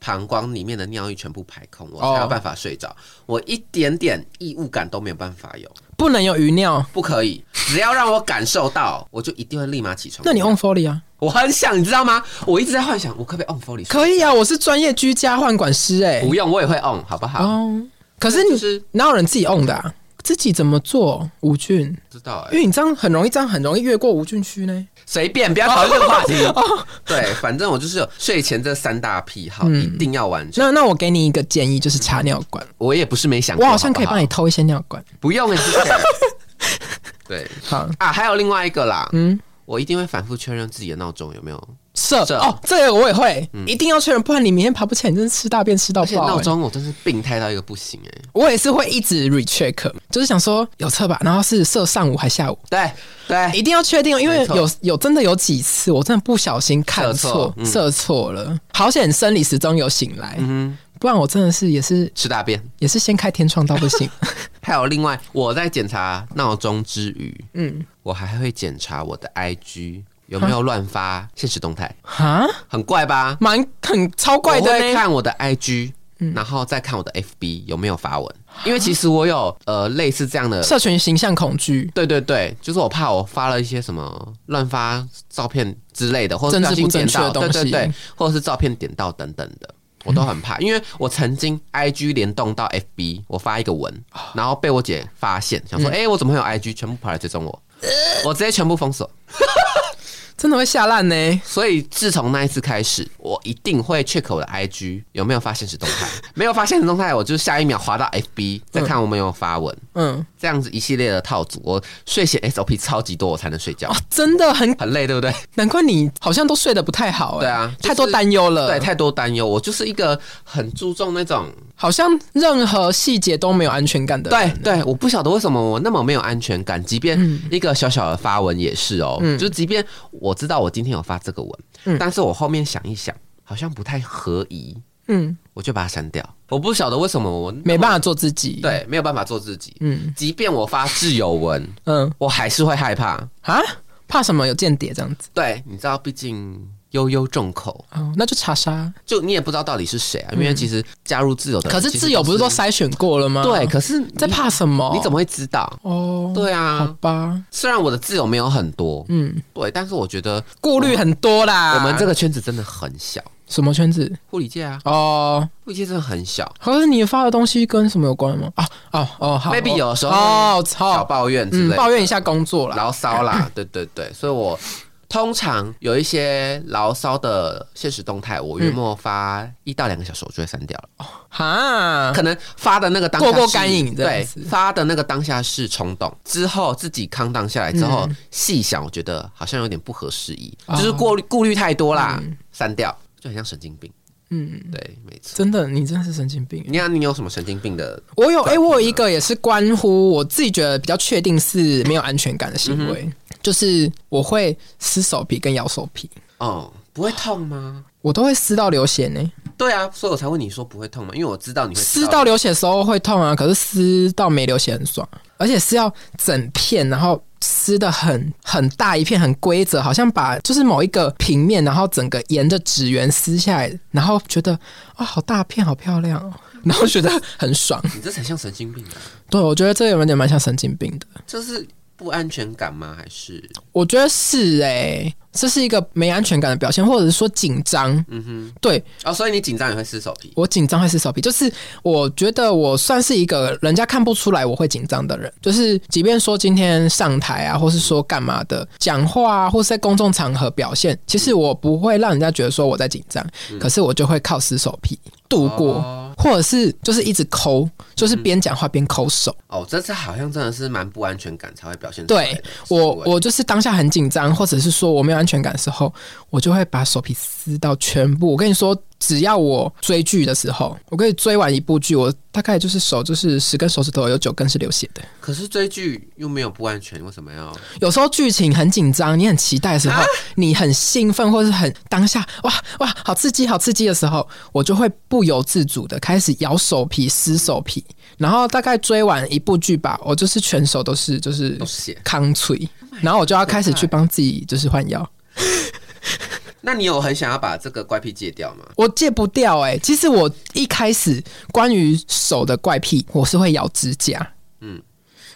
Speaker 1: 膀胱里面的尿液全部排空，我
Speaker 2: 哦
Speaker 1: 才有办法睡着。我一点点异物感都没有办法有，
Speaker 2: 不能有余尿。
Speaker 1: 不可以，只要让我感受到，我就一定会立马起床。
Speaker 2: 那你 on folly 啊？
Speaker 1: 我很想，你知道吗？我一直在幻想，我可不可以 on f o l y
Speaker 2: 可以啊，我是专业居家换管师哎、
Speaker 1: 不用，我也会 on，好不好？
Speaker 2: 哦，可是你
Speaker 1: 就是
Speaker 2: 哪有人自己 on 的、啊？自己怎么做无菌？
Speaker 1: 知道哎、
Speaker 2: 因为你这样很容易，这样很容易越过无菌区呢。
Speaker 1: 随便，不要讨论这个话 题。对，反正我就是有睡前这三大癖好，
Speaker 2: 嗯
Speaker 1: 一定要完成。
Speaker 2: 那那我给你一个建议，就是插尿管。
Speaker 1: 我也不是没想过，
Speaker 2: 我好像可以
Speaker 1: 不
Speaker 2: 帮你，偷一些尿管。
Speaker 1: 不用哎、谢 谢对
Speaker 2: 好，
Speaker 1: 啊，还有另外一个啦，
Speaker 2: 嗯，
Speaker 1: 我一定会反复确认自己的闹钟有没有，
Speaker 2: 射
Speaker 1: 射
Speaker 2: 哦，这个我也会，一定要确认，不然你明天爬不起来，你真是吃大便吃到
Speaker 1: 而且
Speaker 2: 爆、
Speaker 1: 闹
Speaker 2: 欸。
Speaker 1: 钟我真是病态到一个不行哎、
Speaker 2: 我也是会一直 recheck，就是想说有测吧，然后是射上午还下午，
Speaker 1: 对对，
Speaker 2: 一定要确定，因为
Speaker 1: 哎没错
Speaker 2: 有有真的有几次我真的不小心看错
Speaker 1: 射错嗯
Speaker 2: 射错了，好险生理时钟有醒来，
Speaker 1: 嗯
Speaker 2: 不然我真的是也是
Speaker 1: 哼，吃大便。
Speaker 2: 也是先开天窗到不行。
Speaker 1: 还有另外，我在检查闹钟之余，
Speaker 2: 嗯，
Speaker 1: 我还会检查我的 IG 有没有乱发现实动态，
Speaker 2: 哈，
Speaker 1: 很怪吧？
Speaker 2: 蛮很超怪
Speaker 1: 啊我
Speaker 2: 的欸
Speaker 1: 会
Speaker 2: 呢。嗯
Speaker 1: 看我的 IG，、然后再看我的 FB 有没有发文，因为其实我有呃类似这样的。
Speaker 2: 社群形象恐惧，
Speaker 1: 对对对，就是我怕我发了一些什么乱发照片之类的，或者
Speaker 2: 政
Speaker 1: 不小
Speaker 2: 治
Speaker 1: 心
Speaker 2: 不正
Speaker 1: 点
Speaker 2: 确的
Speaker 1: 到，对
Speaker 2: 东西嗯
Speaker 1: 对对，或者是照片点到等等的，我都很怕，因为我曾经 I G 联动到 F B，我发一个文，
Speaker 2: 啊
Speaker 1: 然后被我姐发现，想
Speaker 2: 嗯
Speaker 1: 说，哎、我怎么会有 I G，全部跑来追踪我，
Speaker 2: 呃
Speaker 1: 我直接全部封锁。
Speaker 2: 真的会吓烂呢。
Speaker 1: 所以自从那一次开始，我一定会 check 我的 IG 有没有发现实动态， 没有发现实动态，我就下一秒滑到 FB 再看我们有没有发文。
Speaker 2: 嗯，
Speaker 1: 这样子一系列的套组，我睡前 SOP 超级多，我才能睡觉，
Speaker 2: 真的很
Speaker 1: 很累，对不对？
Speaker 2: 难怪你好像都睡得不太好、哎
Speaker 1: 对啊就是
Speaker 2: 太多担忧了。
Speaker 1: 对，，太多担忧，我就是一个很注重那种，
Speaker 2: 好像任何细节都没有安全感的。
Speaker 1: 对，对，我不晓得为什么我那么没有安全感，即便一个小小的发文也是哦，就即便我知道我今天有发这个文，但是我后面想一想，好像不太合宜，
Speaker 2: 嗯，
Speaker 1: 我就把它删掉。我不晓得为什么我
Speaker 2: 没办法做自己。，
Speaker 1: 对，没有办法做自己。
Speaker 2: 嗯
Speaker 1: 即便我发挚友文，
Speaker 2: 嗯
Speaker 1: 我还是会害怕。
Speaker 2: 啊，怕什么有间谍这样子？
Speaker 1: 对，你知道，毕竟悠悠众口，
Speaker 2: 哦，那就查杀。
Speaker 1: 就你也不知道到底是谁啊。因为其实加入挚友的人，
Speaker 2: 嗯可是
Speaker 1: 其实
Speaker 2: 挚友不是都
Speaker 1: 都
Speaker 2: 筛选过了吗？
Speaker 1: 对？，可是
Speaker 2: 在
Speaker 1: 你
Speaker 2: 怕什么？
Speaker 1: 你怎
Speaker 2: 么？
Speaker 1: 么会知道？
Speaker 2: 哦，
Speaker 1: 对
Speaker 2: 好
Speaker 1: 啊，
Speaker 2: 吧，
Speaker 1: 虽然我的挚友没有很多，
Speaker 2: 嗯，
Speaker 1: 对，但是我觉得
Speaker 2: 顾虑很多啦。
Speaker 1: 我们这个圈子真的很小，
Speaker 2: 什么圈子？
Speaker 1: 护理界啊，
Speaker 2: 哦，
Speaker 1: 护理界真的很小，
Speaker 2: 可是你发的东西跟什么有关吗？啊哦哦，好
Speaker 1: Maybe
Speaker 2: 哦
Speaker 1: 有的时候
Speaker 2: 哦，
Speaker 1: 小
Speaker 2: 操，
Speaker 1: 抱怨之
Speaker 2: 嗯，
Speaker 1: 类的，
Speaker 2: 抱怨一下工作啦。
Speaker 1: 牢骚 啦，对对对，所以我通常有一些牢骚的现实动态，我月末发一到两个小时，我就会删掉了。
Speaker 2: 哈，
Speaker 1: 可能发的那个当下
Speaker 2: 嗯过过
Speaker 1: 是
Speaker 2: 干瘾这样
Speaker 1: 对
Speaker 2: 子，
Speaker 1: 发的那个当下是冲动，之后自己康荡下来之后，细想，我觉得好像有点不合时宜，
Speaker 2: 嗯哦
Speaker 1: 就是过滤顾虑太多啦，删掉，就很像神经病。
Speaker 2: 嗯，
Speaker 1: 对，没错。
Speaker 2: 真的，你真的是神经病。
Speaker 1: 你啊看，你有什么神经病的？
Speaker 2: 我有哎、
Speaker 1: 怪癖
Speaker 2: 我有一个也是关乎我自己觉得比较确定是没有安全感的行
Speaker 1: 嗯
Speaker 2: 为，就是我会撕手皮跟咬手皮，
Speaker 1: 哦，不会痛吗？
Speaker 2: 我都会撕到流血呢、
Speaker 1: 对啊，所以我才问你说不会痛吗？因为我知道你会
Speaker 2: 撕到啊流血的时候会痛啊，可是撕到没流血很爽，而且是要整片，然后撕的很很大一片，很规则，好像把就是某一个平面，然后整个沿着纸圆撕下来，然后觉得啊、好大片，好漂亮、哦， 然后觉得很爽。
Speaker 1: 你这才像神经病啊！
Speaker 2: 对，我觉得这有点蛮像神经病的。
Speaker 1: 这是不安全感吗？还是
Speaker 2: 我觉得是诶、这是一个没安全感的表现，或者是说紧张。
Speaker 1: 嗯哼？
Speaker 2: 对
Speaker 1: 哦，所以你紧张也会撕手皮，
Speaker 2: 我紧张会撕手皮，就是我觉得我算是一个人家看不出来我会紧张的人，就是即便说今天上台啊，或是说干嘛的讲话啊，或是在公众场合表现，其实我不会让人家觉得说我在紧张，可是我就会靠撕手皮度过，
Speaker 1: 哦
Speaker 2: 或者是就是一直抠，就是边讲话边抠手。
Speaker 1: 哦，这次好像真的是蛮不安全感才会表现出来
Speaker 2: 对
Speaker 1: 的。
Speaker 2: 我，
Speaker 1: 行为
Speaker 2: 我就是当下很紧张，或者是说我没有安全感的时候，我就会把手皮撕到全部。我跟你说，只要我追剧的时候，我可以追完一部剧，我大概就是手就是十根手指头有九根是流血的。
Speaker 1: 可是追剧又没有不安全，为什么要？
Speaker 2: 有时候剧情很紧张，你很期待的时候，你很兴奋或是很当下哇哇好刺激好刺激的时候，我就会不由自主的开始咬手皮撕手皮。然后大概追完一部剧吧，我就是全手都是就是
Speaker 1: 都是 血
Speaker 2: 康脆，然后我就要开始去帮自己就是换药。
Speaker 1: 那你有很想要把这个怪癖戒掉吗？
Speaker 2: 我戒不掉哎、其实我一开始关于手的怪癖，我是会咬指甲，嗯
Speaker 1: 嗯，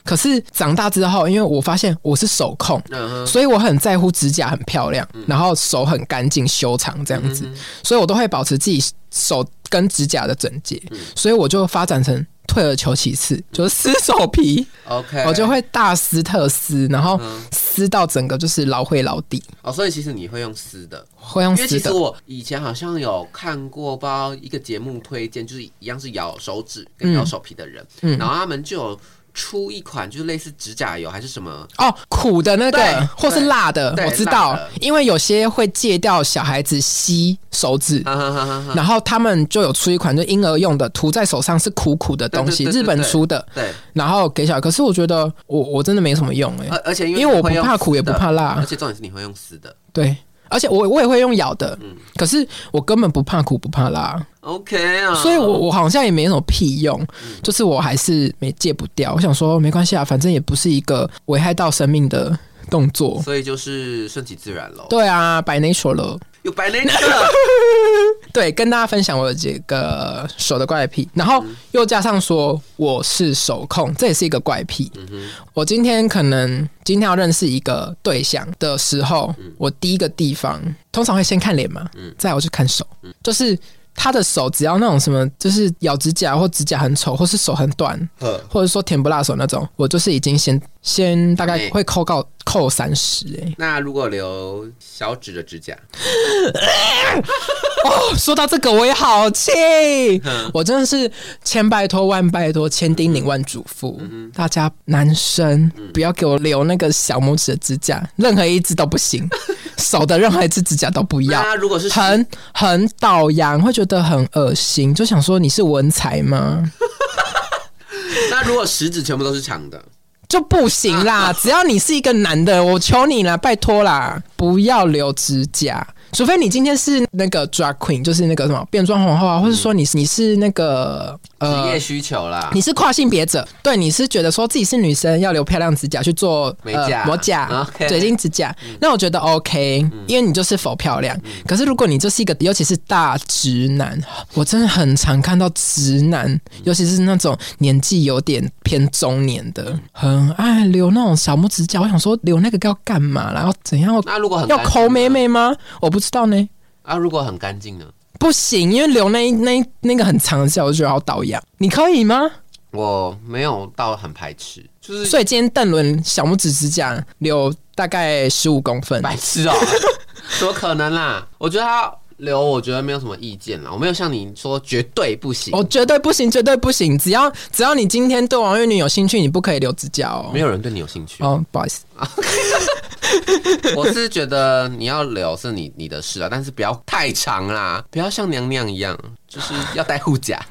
Speaker 2: 可是长大之后，因为我发现我是手控，
Speaker 1: 嗯哼，
Speaker 2: 所以我很在乎指甲很漂亮，然后手很干净修长这样子，
Speaker 1: 嗯
Speaker 2: 所以我都会保持自己手跟指甲的整洁，
Speaker 1: 嗯
Speaker 2: 所以我就发展成退而求其次，就是撕手 皮，
Speaker 1: OK，
Speaker 2: 我就会大撕特撕，然后
Speaker 1: 哎嗯
Speaker 2: 撕到整个就是老会老底，
Speaker 1: 哦，所以其实你会用撕的，
Speaker 2: 会用
Speaker 1: 因为其实
Speaker 2: 撕的。
Speaker 1: 我以前好像有看过，不知道一个节目推荐，就是一样是咬手指跟
Speaker 2: 嗯
Speaker 1: 咬手皮的人，然后他们就有出一款就是类似指甲油还是什么，
Speaker 2: 哦，苦的那
Speaker 1: 对
Speaker 2: 个，或是
Speaker 1: 对
Speaker 2: 辣的，
Speaker 1: 对
Speaker 2: 我知
Speaker 1: 辣
Speaker 2: 道
Speaker 1: 的，
Speaker 2: 因为有些会戒掉小孩子吸手指，
Speaker 1: 哈哈哈哈哈，
Speaker 2: 然后他们就有出一款就婴儿用的，涂在手上是苦苦的东西，
Speaker 1: 对对对对
Speaker 2: 日本出的，
Speaker 1: 对，
Speaker 2: 然后给小孩。可是我觉得我我真的没什么用哎、
Speaker 1: 而而且嗯因为
Speaker 2: 因为我
Speaker 1: 你
Speaker 2: 不
Speaker 1: 会用
Speaker 2: 怕苦也
Speaker 1: 撕
Speaker 2: 不
Speaker 1: 的，嗯
Speaker 2: 怕啊辣
Speaker 1: 而，且重点是你会用撕的
Speaker 2: 对，而且我我也会用咬的，
Speaker 1: 嗯
Speaker 2: 可是我根本不怕苦不怕辣，
Speaker 1: ，OK 啊，
Speaker 2: 所以我我好像也没什么屁用，
Speaker 1: 嗯
Speaker 2: 就是我还是没戒不掉。我想说没关系啊，反正也不是一个危害到生命的动作。
Speaker 1: 所以就是顺其自然喽，
Speaker 2: 对啊，白 nature 了。
Speaker 1: 有白内 特，
Speaker 2: 对，跟大家分享我有几个手的怪癖，然后又加上说我是手控，这也是一个怪癖。我今天可能今天要认识一个对象的时候，我第一个地方通常会先看脸嘛，再我就看手，就是。他的手只要那种什么，就是咬指甲或指甲很丑，或是手很短，
Speaker 1: 呵
Speaker 2: 或者说甜不辣手那种，我就是已经先先大概
Speaker 1: 哎
Speaker 2: 会扣到扣三十哎。
Speaker 1: 那如果留小指的指甲，
Speaker 2: 哦， 说到这个我也好气，我真的是千拜托万拜托，千叮咛万嘱咐，大家男生不要给我留那个小拇指的指甲，任何一只都不行，手的任何一只指甲都不要。
Speaker 1: 那如果啊是
Speaker 2: 很很倒洋，会觉得很恶心，就想说你是文才吗？
Speaker 1: 那如果食指全部都是长的，
Speaker 2: 就不行 啦！只要你是一个男的，我求你啦，拜托啦，不要留指甲。除非你今天是那个 drag queen，就是那个什么变装皇后啊，或者说你是你是那个
Speaker 1: 职
Speaker 2: 呃
Speaker 1: 业，需求啦，
Speaker 2: 你是跨性别者，对，你是觉得说自己是女生要留漂亮指甲去做
Speaker 1: 美甲
Speaker 2: 呃、磨甲、
Speaker 1: OK 嗯
Speaker 2: 水晶指甲，那我觉得 OK，因为你就是否漂亮。可是如果你就是一个，尤其是大直男，我真的很常看到直
Speaker 1: 嗯
Speaker 2: 男，尤其是那种年纪有点偏中年的，
Speaker 1: 嗯
Speaker 2: 很爱留那种小拇指甲。我想说留那个要干嘛？然后怎样
Speaker 1: 那如果很
Speaker 2: 要
Speaker 1: 干净啊
Speaker 2: 抠
Speaker 1: 呢
Speaker 2: 妹妹吗？我不知道呢。
Speaker 1: 啊，如果很干净呢？
Speaker 2: 不行，因为留那一那一那个很长的指甲，我觉得好倒牙。你可以吗？
Speaker 1: 我没有到很排斥，就是
Speaker 2: 所以今天邓伦小拇指指甲留大概十五公分，
Speaker 1: 白痴哦、 怎么可能啦？我觉得他留，我觉得没有什么意见啦，我没有像你说绝对不行，
Speaker 2: 我、哦绝对不行，绝对不行！只要只要你今天对王月女有兴趣，你不可以留指甲哦
Speaker 1: 没。有人对你有兴趣。
Speaker 2: 哦，不好意思，
Speaker 1: 我是觉得你要留是你你的事啊，但是不要太长啦，不要像娘娘一样，就是要戴护甲。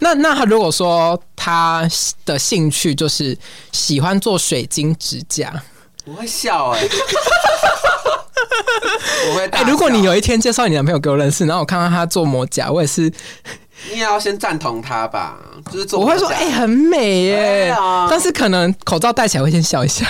Speaker 2: 那那他如果说他的兴趣就是喜欢做水晶指甲，
Speaker 1: 我会笑 哎、我会大
Speaker 2: 哎、
Speaker 1: 笑。
Speaker 2: 如果你有一天介绍你男朋友给我认识，然后我看到他做磨甲，我也是
Speaker 1: 你也要先赞同他吧，就是做
Speaker 2: 我会说
Speaker 1: 甲
Speaker 2: 哎、很美耶、
Speaker 1: 对啊
Speaker 2: 但是可能口罩戴起来会先笑一下，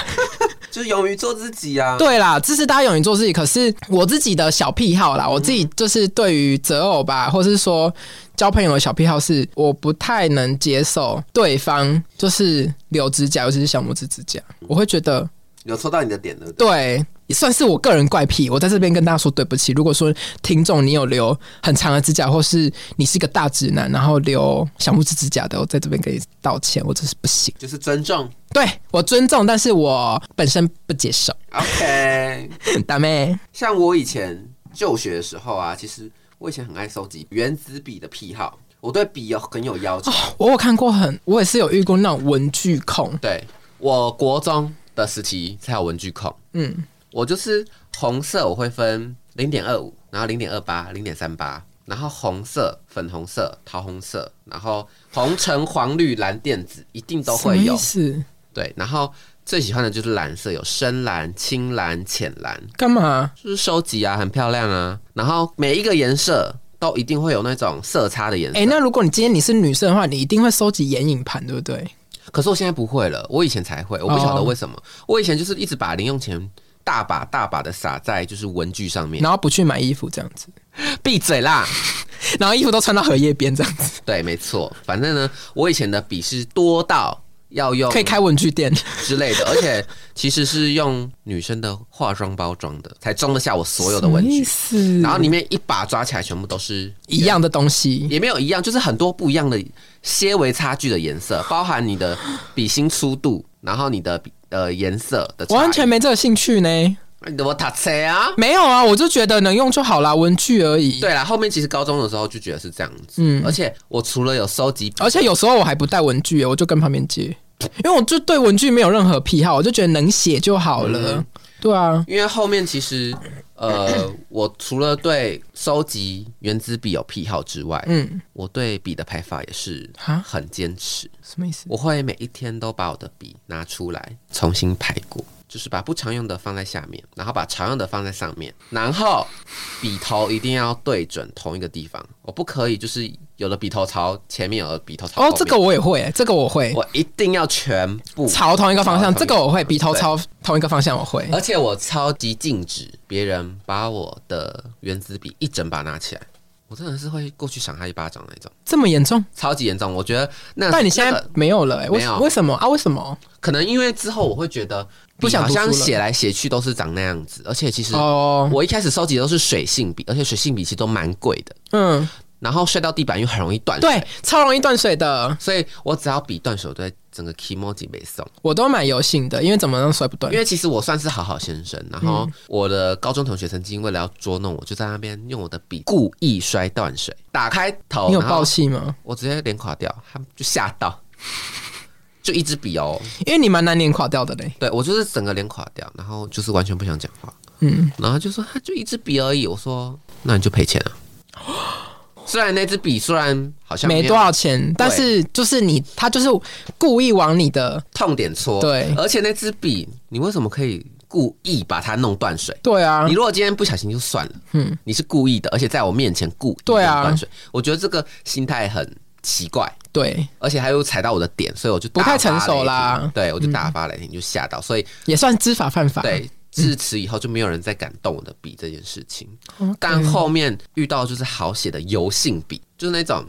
Speaker 1: 就是勇于做自己啊。
Speaker 2: 对啦，支持大家勇于做自己。可是我自己的小癖好啦，我自己就是对于择偶吧，或是说交朋友的小癖好是，我不太能接受对方就是留指甲，尤其是小拇指指甲，我会觉得
Speaker 1: 有抽到你的点了，
Speaker 2: 对。也算是我个人怪癖，我在这边跟大家说对不起。如果说听众你有留很长的指甲，或是你是个大直男，然后留小拇指指甲的，我在这边给你道歉，我这是不行。
Speaker 1: 就是尊重。
Speaker 2: 对我尊重，但是我本身不接受。
Speaker 1: OK，
Speaker 2: 大妹，
Speaker 1: 像我以前就学的时候啊，其实我以前很爱收集原子笔的癖好，我对笔有很有要求。
Speaker 2: 我有看过很，我也是有遇过那种文具控，
Speaker 1: 对我国中的时期才有文具控，
Speaker 2: 嗯，
Speaker 1: 我就是红色我会分零点二五，然后零点二八、零点三八，然后红色、粉红色、桃红色，然后红橙黄绿蓝靛紫一定都会
Speaker 2: 什么
Speaker 1: 有
Speaker 2: 意。思？
Speaker 1: 对，然后最喜欢的就是蓝色，有深蓝、青蓝、浅蓝，
Speaker 2: 干嘛？
Speaker 1: 就是收集啊，很漂亮啊。然后每一个颜色都一定会有那种色差的颜色。
Speaker 2: 哎、那如果你今天你是女生的话，你一定会收集眼影盘，对不对？
Speaker 1: 可是我现在不会了，我以前才会，我不晓
Speaker 2: 哦
Speaker 1: 得为什么。我以前就是一直把零用钱大把大把的撒在就是文具上面。
Speaker 2: 然后不去买衣服这样子，
Speaker 1: 闭嘴啦！
Speaker 2: 然后衣服都穿到荷叶边这样子，
Speaker 1: 对，没错，反正呢，我以前的笔是多到要用
Speaker 2: 可以开文具店。
Speaker 1: 之类 的，而且其实是用女生的化妆包装的，才装得下我所有的文
Speaker 2: 什么意
Speaker 1: 具。
Speaker 2: 思？
Speaker 1: 然后里面一把抓起来，全部都是
Speaker 2: 一样的东西，
Speaker 1: 也没有一样，就是很多不一样的些微差距的颜色，包含你的笔芯粗度，然后你的笔呃颜色的差
Speaker 2: 我
Speaker 1: 异。
Speaker 2: 完全没这个兴趣呢。
Speaker 1: 你的我打车啊！
Speaker 2: 没有啊，我就觉得能用就好啦，文具而已。
Speaker 1: 对啦，后面其实高中的时候就觉得是这样子，
Speaker 2: 嗯
Speaker 1: 而且我除了有收集，
Speaker 2: 而且有时候我还不带文具耶，我就跟旁边借，因为我就对文具没有任何癖好，我就觉得能写就好了。
Speaker 1: 嗯
Speaker 2: 对啊，
Speaker 1: 因为后面其实 呃，我除了对收集原子笔有癖好之外，
Speaker 2: 嗯，
Speaker 1: 我对笔的排法也是
Speaker 2: 哈
Speaker 1: 很坚持，
Speaker 2: 什么意思？
Speaker 1: 我会每一天都把我的笔拿出来重新排过，就是把不常用的放在下面，然后把常用的放在上面，然后笔头一定要对准同一个地方，我不可以就是有的笔头朝前面，有的笔头朝后
Speaker 2: 哦，
Speaker 1: 面
Speaker 2: 这个我也会，这个我会，
Speaker 1: 我一定要全部
Speaker 2: 朝同一个方向，
Speaker 1: 朝同
Speaker 2: 这
Speaker 1: 一
Speaker 2: 个我会，鼻头
Speaker 1: 对呃
Speaker 2: 朝同一个方向我会。
Speaker 1: 而且我超级禁止别人把我的原子笔一整把拿起来，我真的是会过去赏他一巴掌那种，
Speaker 2: 这么严重？
Speaker 1: 超级严重。我觉得那
Speaker 2: 但你现
Speaker 1: 那
Speaker 2: 在
Speaker 1: 个
Speaker 2: 没有了、欸，为
Speaker 1: 没有
Speaker 2: 为什么啊？为什么？
Speaker 1: 可能因为之后我会觉得
Speaker 2: 不想
Speaker 1: 笔好
Speaker 2: 读书
Speaker 1: 像
Speaker 2: 了
Speaker 1: 写来写去都是长那样子，而且其实
Speaker 2: 哦，
Speaker 1: 我一开始收集的都是水性笔，而且水性笔其实都蛮贵的，
Speaker 2: 嗯，
Speaker 1: 然后摔到地板又很容易断水，
Speaker 2: 对，超容易断水的，
Speaker 1: 所以我只要笔断手，我都会整个 k i m o j i 被送。
Speaker 2: 我都买油性的，因为怎么能摔不断
Speaker 1: 因？为其实我算是好好先生，然
Speaker 2: 嗯
Speaker 1: 后我的高中同学曾经为了要捉弄我，就在那边用我的笔故意摔断水，打开头，
Speaker 2: 你有
Speaker 1: 哦然后
Speaker 2: 爆气吗？
Speaker 1: 我直接脸垮掉，他们就吓到，就一支笔哦，
Speaker 2: 因为你蛮难脸垮掉的嘞。
Speaker 1: 对我就是整个脸垮掉，然后就是完全不想讲话，
Speaker 2: 嗯，
Speaker 1: 然后他就说他就一支笔而已，我说那你就赔钱啊。虽然那支笔虽然好像
Speaker 2: 没
Speaker 1: 有
Speaker 2: 多少钱，但是就是你，他就是故意往你的，
Speaker 1: 痛点戳，
Speaker 2: 对
Speaker 1: 而且那支笔你为什么可以故意把它弄断水？
Speaker 2: 对啊
Speaker 1: 你，如果今天不小心就算了，嗯，你是故意的，而且在我面前故意
Speaker 2: 对啊
Speaker 1: 弄断水，我觉得这个心态很奇怪，
Speaker 2: 对，
Speaker 1: 而且他又踩到我的点，所以我就
Speaker 2: 不
Speaker 1: 大发
Speaker 2: 太成熟啦
Speaker 1: 雷霆对我就大发雷霆，就吓到，所以
Speaker 2: 也算知法犯法。
Speaker 1: 对。自此以后就没有人再敢动我的笔这件事情，
Speaker 2: 嗯
Speaker 1: 但后面遇到就是好写的油性笔，就是那种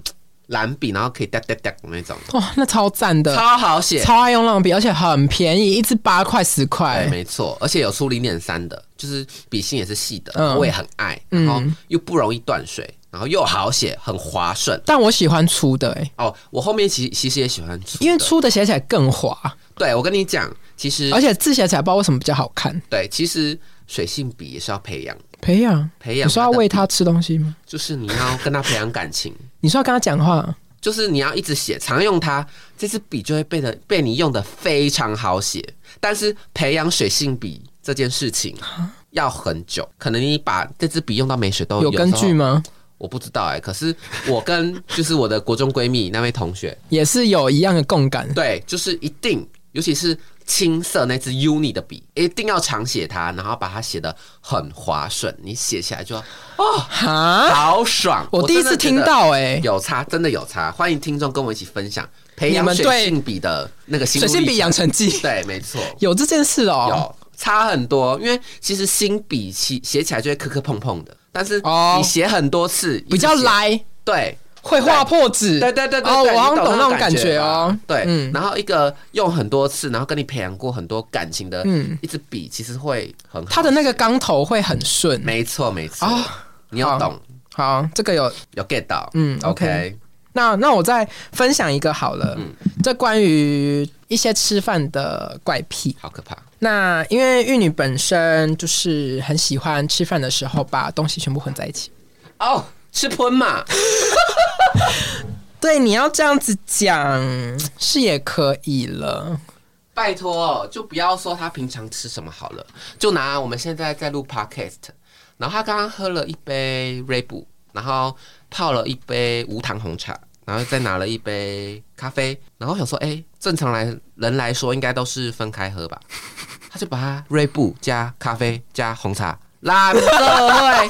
Speaker 1: 蓝笔，然后可以哒哒哒的那种，
Speaker 2: 哇、那超赞的，
Speaker 1: 超好写，
Speaker 2: 超爱用那种笔，而且很便宜，一支八块十
Speaker 1: 对，
Speaker 2: 块。
Speaker 1: 没错，而且有出零点三的，就是笔芯也是细的，
Speaker 2: 嗯
Speaker 1: 我也很爱，然后又不容易断水，然后又好写，很滑顺。
Speaker 2: 但我喜欢粗的、欸，
Speaker 1: 哦，我后面其实其实也喜欢粗的，
Speaker 2: 因为粗的写起来更滑，
Speaker 1: 对我跟你讲，其实
Speaker 2: 而且字写起来不知道为什么比较好看。
Speaker 1: 对，其实水性笔也是要培养，
Speaker 2: 培养，
Speaker 1: 培
Speaker 2: 你
Speaker 1: 养。
Speaker 2: 说要喂，它吃东西吗？
Speaker 1: 就是你要跟它培养感情，
Speaker 2: 你说要跟它讲话，
Speaker 1: 就是你要一直写，常用它，这支笔就会变得被你用的非常好写。但是培养水性笔这件事情要很久，可能你把这支笔用到没水都
Speaker 2: 有根
Speaker 1: 哦时候
Speaker 2: 据吗？
Speaker 1: 我不知道哎、可是我跟就是我的国中闺蜜那位同 学，
Speaker 2: 也是有一样的共感。
Speaker 1: 对，就是一定，尤其是青色那支 uni 的笔，一定要常写它，然后把它写的很滑顺，你写起来就哦，
Speaker 2: 哈，
Speaker 1: 好爽！
Speaker 2: 啊我第一次听
Speaker 1: 真的觉
Speaker 2: 到、欸，
Speaker 1: 得有差，真的有差。欢迎听众跟我一起分享培
Speaker 2: 你
Speaker 1: 养
Speaker 2: 们对
Speaker 1: 水性笔的那个心
Speaker 2: 水
Speaker 1: 路
Speaker 2: 性
Speaker 1: 历
Speaker 2: 笔
Speaker 1: 程
Speaker 2: 养成记
Speaker 1: 对，没错，
Speaker 2: 有这件事哦、
Speaker 1: 有差很多，因为其实新笔写写起来就会磕磕碰碰的，但是
Speaker 2: 哦
Speaker 1: 你写很多次
Speaker 2: 比较，
Speaker 1: 一直写
Speaker 2: 来，
Speaker 1: 对，
Speaker 2: 会画破纸。
Speaker 1: 对对对对对，
Speaker 2: 哦，
Speaker 1: 你
Speaker 2: 我好像
Speaker 1: 懂
Speaker 2: 懂那种
Speaker 1: 感
Speaker 2: 感觉哦
Speaker 1: 吧。对，
Speaker 2: 嗯
Speaker 1: 然后一个用很多次，然后跟你培养过很多感情的，
Speaker 2: 嗯
Speaker 1: 一支笔其实会很好。
Speaker 2: 他的那个钢头会很顺。
Speaker 1: 没错没错
Speaker 2: 哦，
Speaker 1: 你要
Speaker 2: 好
Speaker 1: 懂，
Speaker 2: 好，这个有
Speaker 1: 有 get 到，
Speaker 2: 嗯
Speaker 1: OK，
Speaker 2: 那那我再分享一个好了，
Speaker 1: 嗯
Speaker 2: 这关于一些吃饭的怪癖。
Speaker 1: 好可怕，
Speaker 2: 那因为玉女本身就是很喜欢吃饭的时候把东西全部混在一起。
Speaker 1: 哦，吃喷嘛，
Speaker 2: 对，你要这样子讲是也可以了。
Speaker 1: 拜托，就不要说他平常吃什么好了，就拿我们现在在录 podcast，然后他刚刚喝了一杯 r e b 然后泡了一杯无糖红茶，然后再拿了一杯咖啡，然后想说，哎、正常来人来说应该都是分开喝吧， 他就把它 r e b 加咖啡加红茶拉社会，哎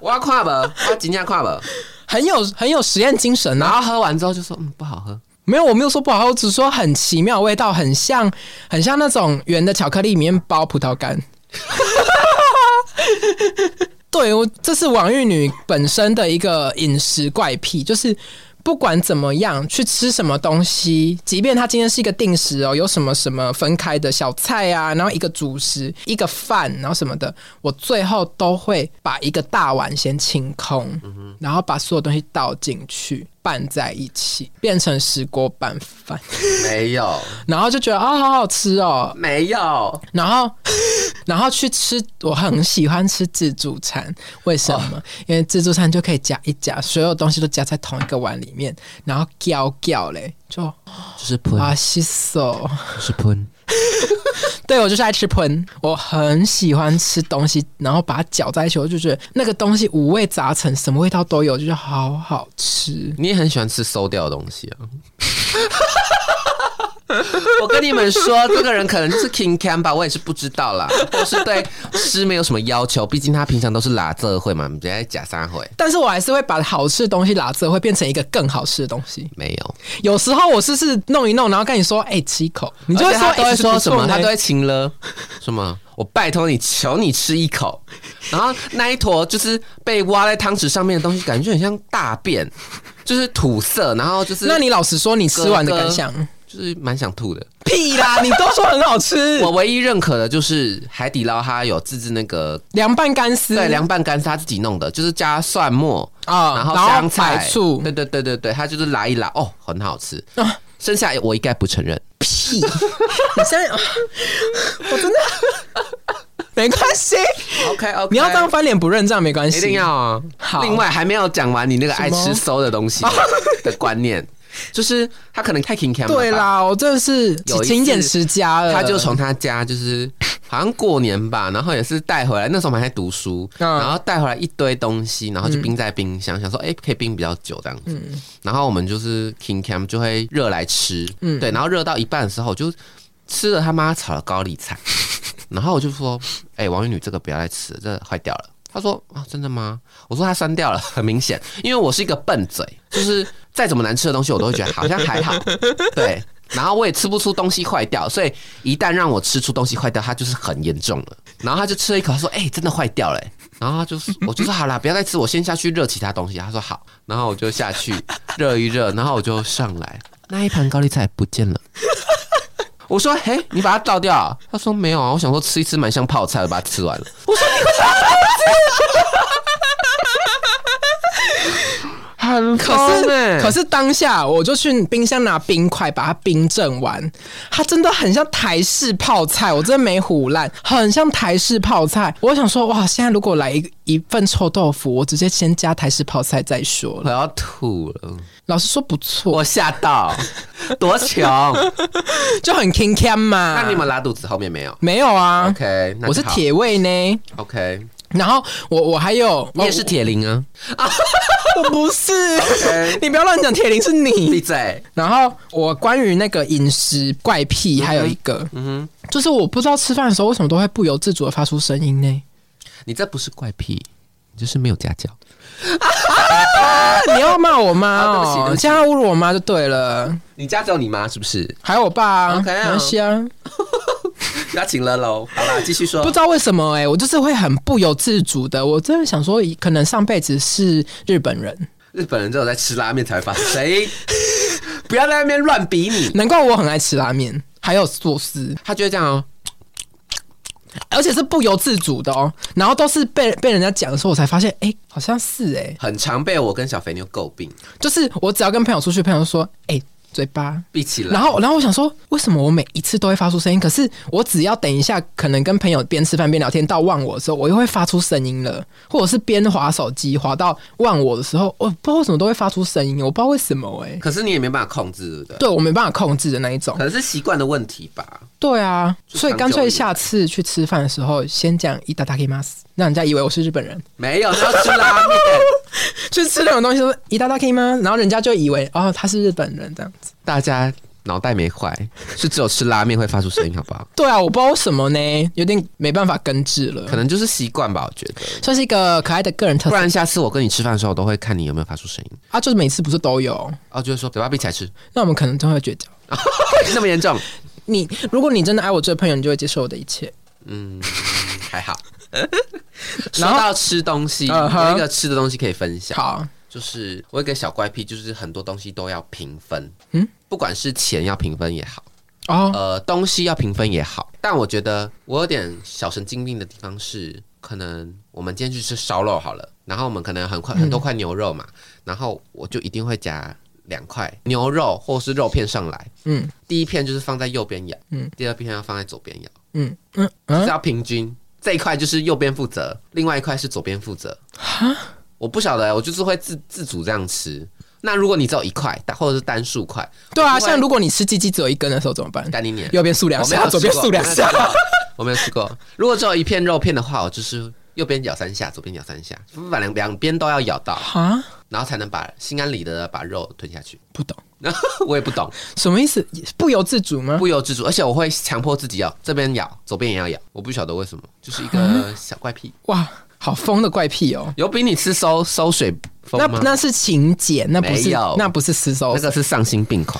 Speaker 1: 我要看吧，我要真正看吧，
Speaker 2: 很有很有实验精神
Speaker 1: 然
Speaker 2: 啊！
Speaker 1: 后喝完之后就说，嗯，不好喝，
Speaker 2: 没有，我没有说不好喝，我只是说很奇妙的味道，很像很像那种圆的巧克力里面包葡萄干。对，我这是王玉女本身的一个饮食怪癖，就是不管怎么样去吃什么东西，即便它今天是一个定时哦，有什么什么分开的小菜啊，然后一个主食，一个饭，然后什么的，我最后都会把一个大碗先清空，然后把所有东西倒进去拌在一起，变成石锅拌饭，
Speaker 1: 没有，
Speaker 2: 然后就觉得啊、好好吃哦，
Speaker 1: 没有，
Speaker 2: 然后， 然后去吃，我很喜欢吃自助餐，为什
Speaker 1: 哦
Speaker 2: 么？因为自助餐就可以夹一夹，所有东西都夹在同一个碗里面，然后搅搅嘞，就
Speaker 1: 就是喷
Speaker 2: 啊洗手。
Speaker 1: 就是喷。
Speaker 2: 对我就是爱吃喷，我很喜欢吃东西，然后把它搅在一起，我就觉得那个东西五味杂陈，什么味道都有，就是好好吃。
Speaker 1: 你也很喜欢吃馊掉的东西啊。 我跟你们说，这个人可能就是 King Cam 吧，我也是不知道啦。我是对吃没有什么要求，毕竟他平常都是拉这会嘛，我们在假三会
Speaker 2: 但是我还是会把好吃的东西拿着，会变成一个更好吃的东西。
Speaker 1: 没有。
Speaker 2: 有时候我试试弄一弄，然后跟你说：“哎、吃一口。”你就会
Speaker 1: 而且
Speaker 2: 说：“
Speaker 1: 他都会
Speaker 2: 哎
Speaker 1: 说
Speaker 2: 不
Speaker 1: 什
Speaker 2: 错
Speaker 1: 么？
Speaker 2: 呢
Speaker 1: 他都会请了什么？我拜托你，求你吃一口。然后那一坨就是被挖在汤匙上面的东西，感觉很像大便，就是土色，然后就是
Speaker 2: 那你老实说，你吃完的感想？
Speaker 1: 就是蛮想吐的。
Speaker 2: 屁 啦，你都说很好吃
Speaker 1: 我唯一认可的就是海底捞，它有自制那个
Speaker 2: 凉拌干丝，
Speaker 1: 对凉拌干是他自己弄的，就是加蒜末，
Speaker 2: 啊、
Speaker 1: 哦然
Speaker 2: 后
Speaker 1: 后香
Speaker 2: 白
Speaker 1: 菜，
Speaker 2: 醋
Speaker 1: 对对对对对，他就是拉一拉，哦，很好吃。
Speaker 2: 啊
Speaker 1: 剩下我一概不承认，
Speaker 2: 屁， 你现在啊我真的 没关系，
Speaker 1: OK OK，
Speaker 2: 你要这样翻脸不认账没关系，
Speaker 1: 一定要啊。
Speaker 2: 好
Speaker 1: 另外还没有讲完你那个爱
Speaker 2: 什
Speaker 1: 吃
Speaker 2: 么
Speaker 1: 馊的东西的观念，就是他可能太 king cam 了吧
Speaker 2: 对，啦，我真的是
Speaker 1: 有一次
Speaker 2: 勤俭持家了，
Speaker 1: 他就从他家就是好像过年吧，然后也是带回来，那时候我们还在读书，
Speaker 2: 嗯
Speaker 1: 然后带回来一堆东西，然后就冰在冰箱，想说哎、诶可以冰比较久这样子。然后我们就是 King Cam 就会热来吃，
Speaker 2: 嗯
Speaker 1: 对，然后热到一半的时候我就吃了他妈炒的高丽菜，然后我就说哎、王玉女这个不要再吃了，这坏掉了。他说啊，真的吗？我说他删掉了，很明显，因为我是一个笨嘴，就是再怎么难吃的东西，我都会觉得好像还好， 对。然后我也吃不出东西坏掉，所以一旦让我吃出东西坏掉，他就是很严重了。然后他就吃了一口，他说：“哎、真的坏掉了欸、然后他就是，我就说好啦，不要再吃，我先下去热其他东西。他说好，然后我就下去热一热，然后我就上来，那一盘高丽菜不见了。我说：“嘿，你把它倒掉啊、他说：“没有啊，我想说吃一吃蛮像泡菜的，把它吃完了。”我 说：“你很
Speaker 2: 可是、
Speaker 1: 疯欸
Speaker 2: 可是当下我就去冰箱拿冰块把它冰镇完，它真的很像台式泡菜，我真的没胡烂，很像台式泡菜。我想说，哇，现在如果来一一份臭豆腐，我直接先加台式泡菜再说
Speaker 1: 我
Speaker 2: 了。
Speaker 1: 要吐了，
Speaker 2: 老实说不 错，
Speaker 1: 我吓到，多穷。 啊
Speaker 2: 就很 king cam 嘛。
Speaker 1: 那你们拉肚子后面没有
Speaker 2: 没有啊
Speaker 1: ？OK，那就
Speaker 2: 我是
Speaker 1: 好
Speaker 2: 铁胃呢。
Speaker 1: OK，
Speaker 2: 然后我我还有，
Speaker 1: 你也是铁铃啊。
Speaker 2: 我，我不 是
Speaker 1: 哦 OK，
Speaker 2: 你不要乱讲，铁林 是你
Speaker 1: 闭嘴。
Speaker 2: 然后我关于那个饮食怪癖还有一个，
Speaker 1: 嗯
Speaker 2: 就是我不知道吃饭的时候为什么都会不由自主的发出声音呢？
Speaker 1: 哼，你这不是怪癖，你就是没有家教。
Speaker 2: 你要骂我妈
Speaker 1: 啊对不起对
Speaker 2: 哦，
Speaker 1: 不
Speaker 2: 你
Speaker 1: 起
Speaker 2: 现在侮辱我妈就对了，
Speaker 1: 你家只有你妈是不是？
Speaker 2: 还有我爸啊，
Speaker 1: OK 啊
Speaker 2: 没关系啊。
Speaker 1: 要请了喽。好啦，继续说
Speaker 2: 不。知道为什么哎、我就是会很不由自主的，我真的想说，可能上辈子是日本人，
Speaker 1: 日本人只有在吃拉面才会发生，谁 不要在那边乱比你。
Speaker 2: 难怪我很爱吃拉面，还有寿司，
Speaker 1: 他就会这样哦，
Speaker 2: 而且是不由自主的哦。然后都是被被人家讲的时候，我才发现，哎、好像是哎、
Speaker 1: 很常被我跟小肥牛诟病，
Speaker 2: 就是我只要跟朋友出去，朋友就说，哎、嘴巴。
Speaker 1: 闭起来。
Speaker 2: 然后，然后我想说，为什么我每一次都会发出声音？可是我只要等一下，可能跟朋友边吃饭边聊天到忘我的时候，我又会发出声音了，或者是边滑手机滑到忘我的时候，我不知道为什么都会发出声音，我不知道为什么哎、
Speaker 1: 可是你也没办法控制，对不对？
Speaker 2: 对我没办法控制的那一种
Speaker 1: 可。能是习惯的问题吧。
Speaker 2: 对啊，
Speaker 1: 就
Speaker 2: 所以
Speaker 1: 长
Speaker 2: 干
Speaker 1: 久以
Speaker 2: 脆
Speaker 1: 来
Speaker 2: 下次去吃饭的时候，先讲伊达达基马斯，让人家以为我是日本人。
Speaker 1: 没有，他要吃拉面。
Speaker 2: 去吃那种东西说伊达达基吗？然后人家就以为哦他是日本人这样子。
Speaker 1: 大家脑袋没坏，是只有吃拉面会发出声音，好不好？
Speaker 2: 对啊，我不知道为什么呢，有点没办法根治了
Speaker 1: 可，能就是习惯吧，我觉 得。
Speaker 2: 算是一个可爱的个人特
Speaker 1: 不
Speaker 2: 色
Speaker 1: 然下次我跟你吃饭的时候，我都会看你有没有发出声音，
Speaker 2: 啊，就是每次不是都有，
Speaker 1: 哦，就是说嘴巴闭起来吃，
Speaker 2: 那我们可能真会绝交。
Speaker 1: 那么严重？
Speaker 2: 你如果你真的爱我这个朋友，你就会接受我的一切。
Speaker 1: 嗯还 好。说
Speaker 2: 然后
Speaker 1: 到吃东西，
Speaker 2: 嗯哼
Speaker 1: 有一个吃的东西可以分享，
Speaker 2: 好，
Speaker 1: 就是我有一个小怪癖，就是很多东西都要平分，
Speaker 2: 嗯
Speaker 1: 嗯，不管是钱要平分也好，
Speaker 2: 哦，
Speaker 1: 呃，东西要平分也好，但我觉得我有点小神经病的地方是，可能我们今天去吃烧肉好了，然后我们可能很块很多块牛肉嘛，然后我就一定会夹两块牛肉或是肉片上来，
Speaker 2: 嗯
Speaker 1: 第一片就是放在右边咬，
Speaker 2: 嗯
Speaker 1: 嗯，第二片要放在左边咬，
Speaker 2: 嗯嗯
Speaker 1: 就是
Speaker 2: 嗯，
Speaker 1: 要平均，这一块就是右边负责，另外一块是左边负责。我不晓得，我就是会自自主这样吃。那如果你只有一块，但或者是单数块，
Speaker 2: 对啊，
Speaker 1: 我不会
Speaker 2: 像如果你吃鸡鸡只有一根的时候怎么办？
Speaker 1: 干你脸，
Speaker 2: 右边数两
Speaker 1: 我没
Speaker 2: 下，
Speaker 1: 有
Speaker 2: 左边
Speaker 1: 吃过
Speaker 2: 数两下。，
Speaker 1: 我没有吃过我没有吃过。如果只有一片肉片的话，我就是右边咬三下，左边咬三下，把两两边都要咬到，
Speaker 2: 啊，
Speaker 1: 然后才能把心安理得的把肉吞下去。
Speaker 2: 不懂
Speaker 1: 我也不懂，
Speaker 2: 什么意思？不由自主吗？
Speaker 1: 不由自主，而且我会强迫自己咬，这边咬，左边也要咬。我不晓得为什么，就是一个小怪癖。
Speaker 2: 哇，好疯的怪癖哦！
Speaker 1: 啊有比你吃馊馊水风
Speaker 2: 那
Speaker 1: 吗？
Speaker 2: 那是情节，那不是
Speaker 1: 没有
Speaker 2: 那不是私收
Speaker 1: 那。个是丧心病狂。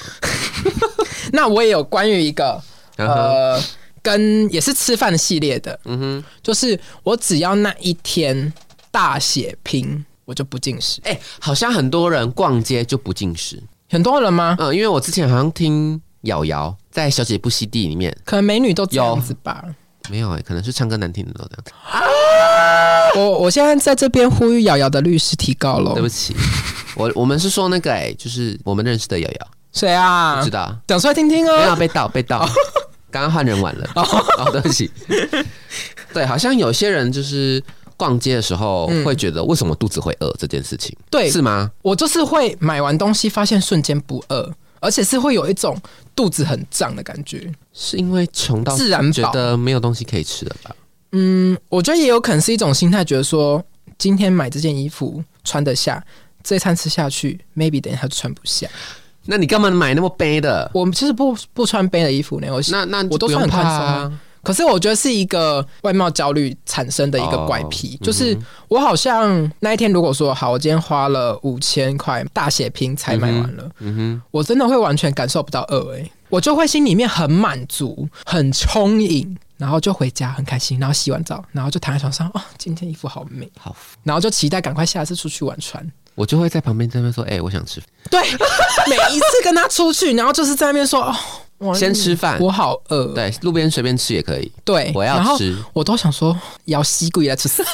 Speaker 2: 那我也有关于一个
Speaker 1: 然后，
Speaker 2: 呃，跟也是吃饭系列的，
Speaker 1: 嗯哼，
Speaker 2: 就是我只要那一天大血拼，我就不进食。
Speaker 1: 哎、好像很多人逛街就不进食。
Speaker 2: 很多人吗？
Speaker 1: 嗯，因为我之前好像听瑶瑶在《小姐不吸地》里面
Speaker 2: 可能美女都这样子吧。
Speaker 1: 没有哎、可能是唱歌难听的都这样。
Speaker 2: 我我现在在这边呼吁瑶瑶的律师提告
Speaker 1: 对不
Speaker 2: 喽。
Speaker 1: 起，我我们是说那个哎、就是我们认识的瑶瑶，
Speaker 2: 谁啊
Speaker 1: 不知？道，
Speaker 2: 讲出来听听
Speaker 1: 没有啊
Speaker 2: 哦。
Speaker 1: 被盗被盗， 刚刚换人玩了。哦，对不起。对，好像有些人就是逛街的时候会觉得为什么肚子会饿这件事情，
Speaker 2: 嗯对
Speaker 1: 是吗？
Speaker 2: 我就是会买完东西发现瞬间不饿，而且是会有一种肚子很胀的感觉。
Speaker 1: 是因为穷到
Speaker 2: 自然
Speaker 1: 觉
Speaker 2: 饱
Speaker 1: 得没有东西可以吃了吧？
Speaker 2: 嗯，我觉得也有可能是一种心态，觉得说今天买这件衣服穿得下，这餐吃下去，maybe 等一下就穿不下。
Speaker 1: 那你干嘛买那么悲的？
Speaker 2: 我们就是不不穿背的衣服呢，我
Speaker 1: 那那
Speaker 2: 我都
Speaker 1: 不
Speaker 2: 算
Speaker 1: 用
Speaker 2: 很
Speaker 1: 怕
Speaker 2: 宽松
Speaker 1: 啊、
Speaker 2: 啊可是我觉得是一个外貌焦虑产生的一个怪癖，就是我好像那一天如果说好，我今天花了五千块大血拼才买完了，
Speaker 1: 嗯
Speaker 2: 我真的会完全感受不到饿诶、我就会心里面很满足，很充盈。然后就回家很开心，然后洗完澡，然后就躺在床上，哦，今天衣服好美，
Speaker 1: 好，
Speaker 2: 然后就期待赶快下次出去玩穿。
Speaker 1: 我就会在旁边在那边说，哎、我想吃，
Speaker 2: 对， 每一次跟他出去，然后就是在那边说，哦，我
Speaker 1: 先吃饭。
Speaker 2: 我好饿，
Speaker 1: 对，路边随便吃也可以。
Speaker 2: 对，
Speaker 1: 我要
Speaker 2: 哎然后
Speaker 1: 吃
Speaker 2: 我都想说要西瓜来吃死，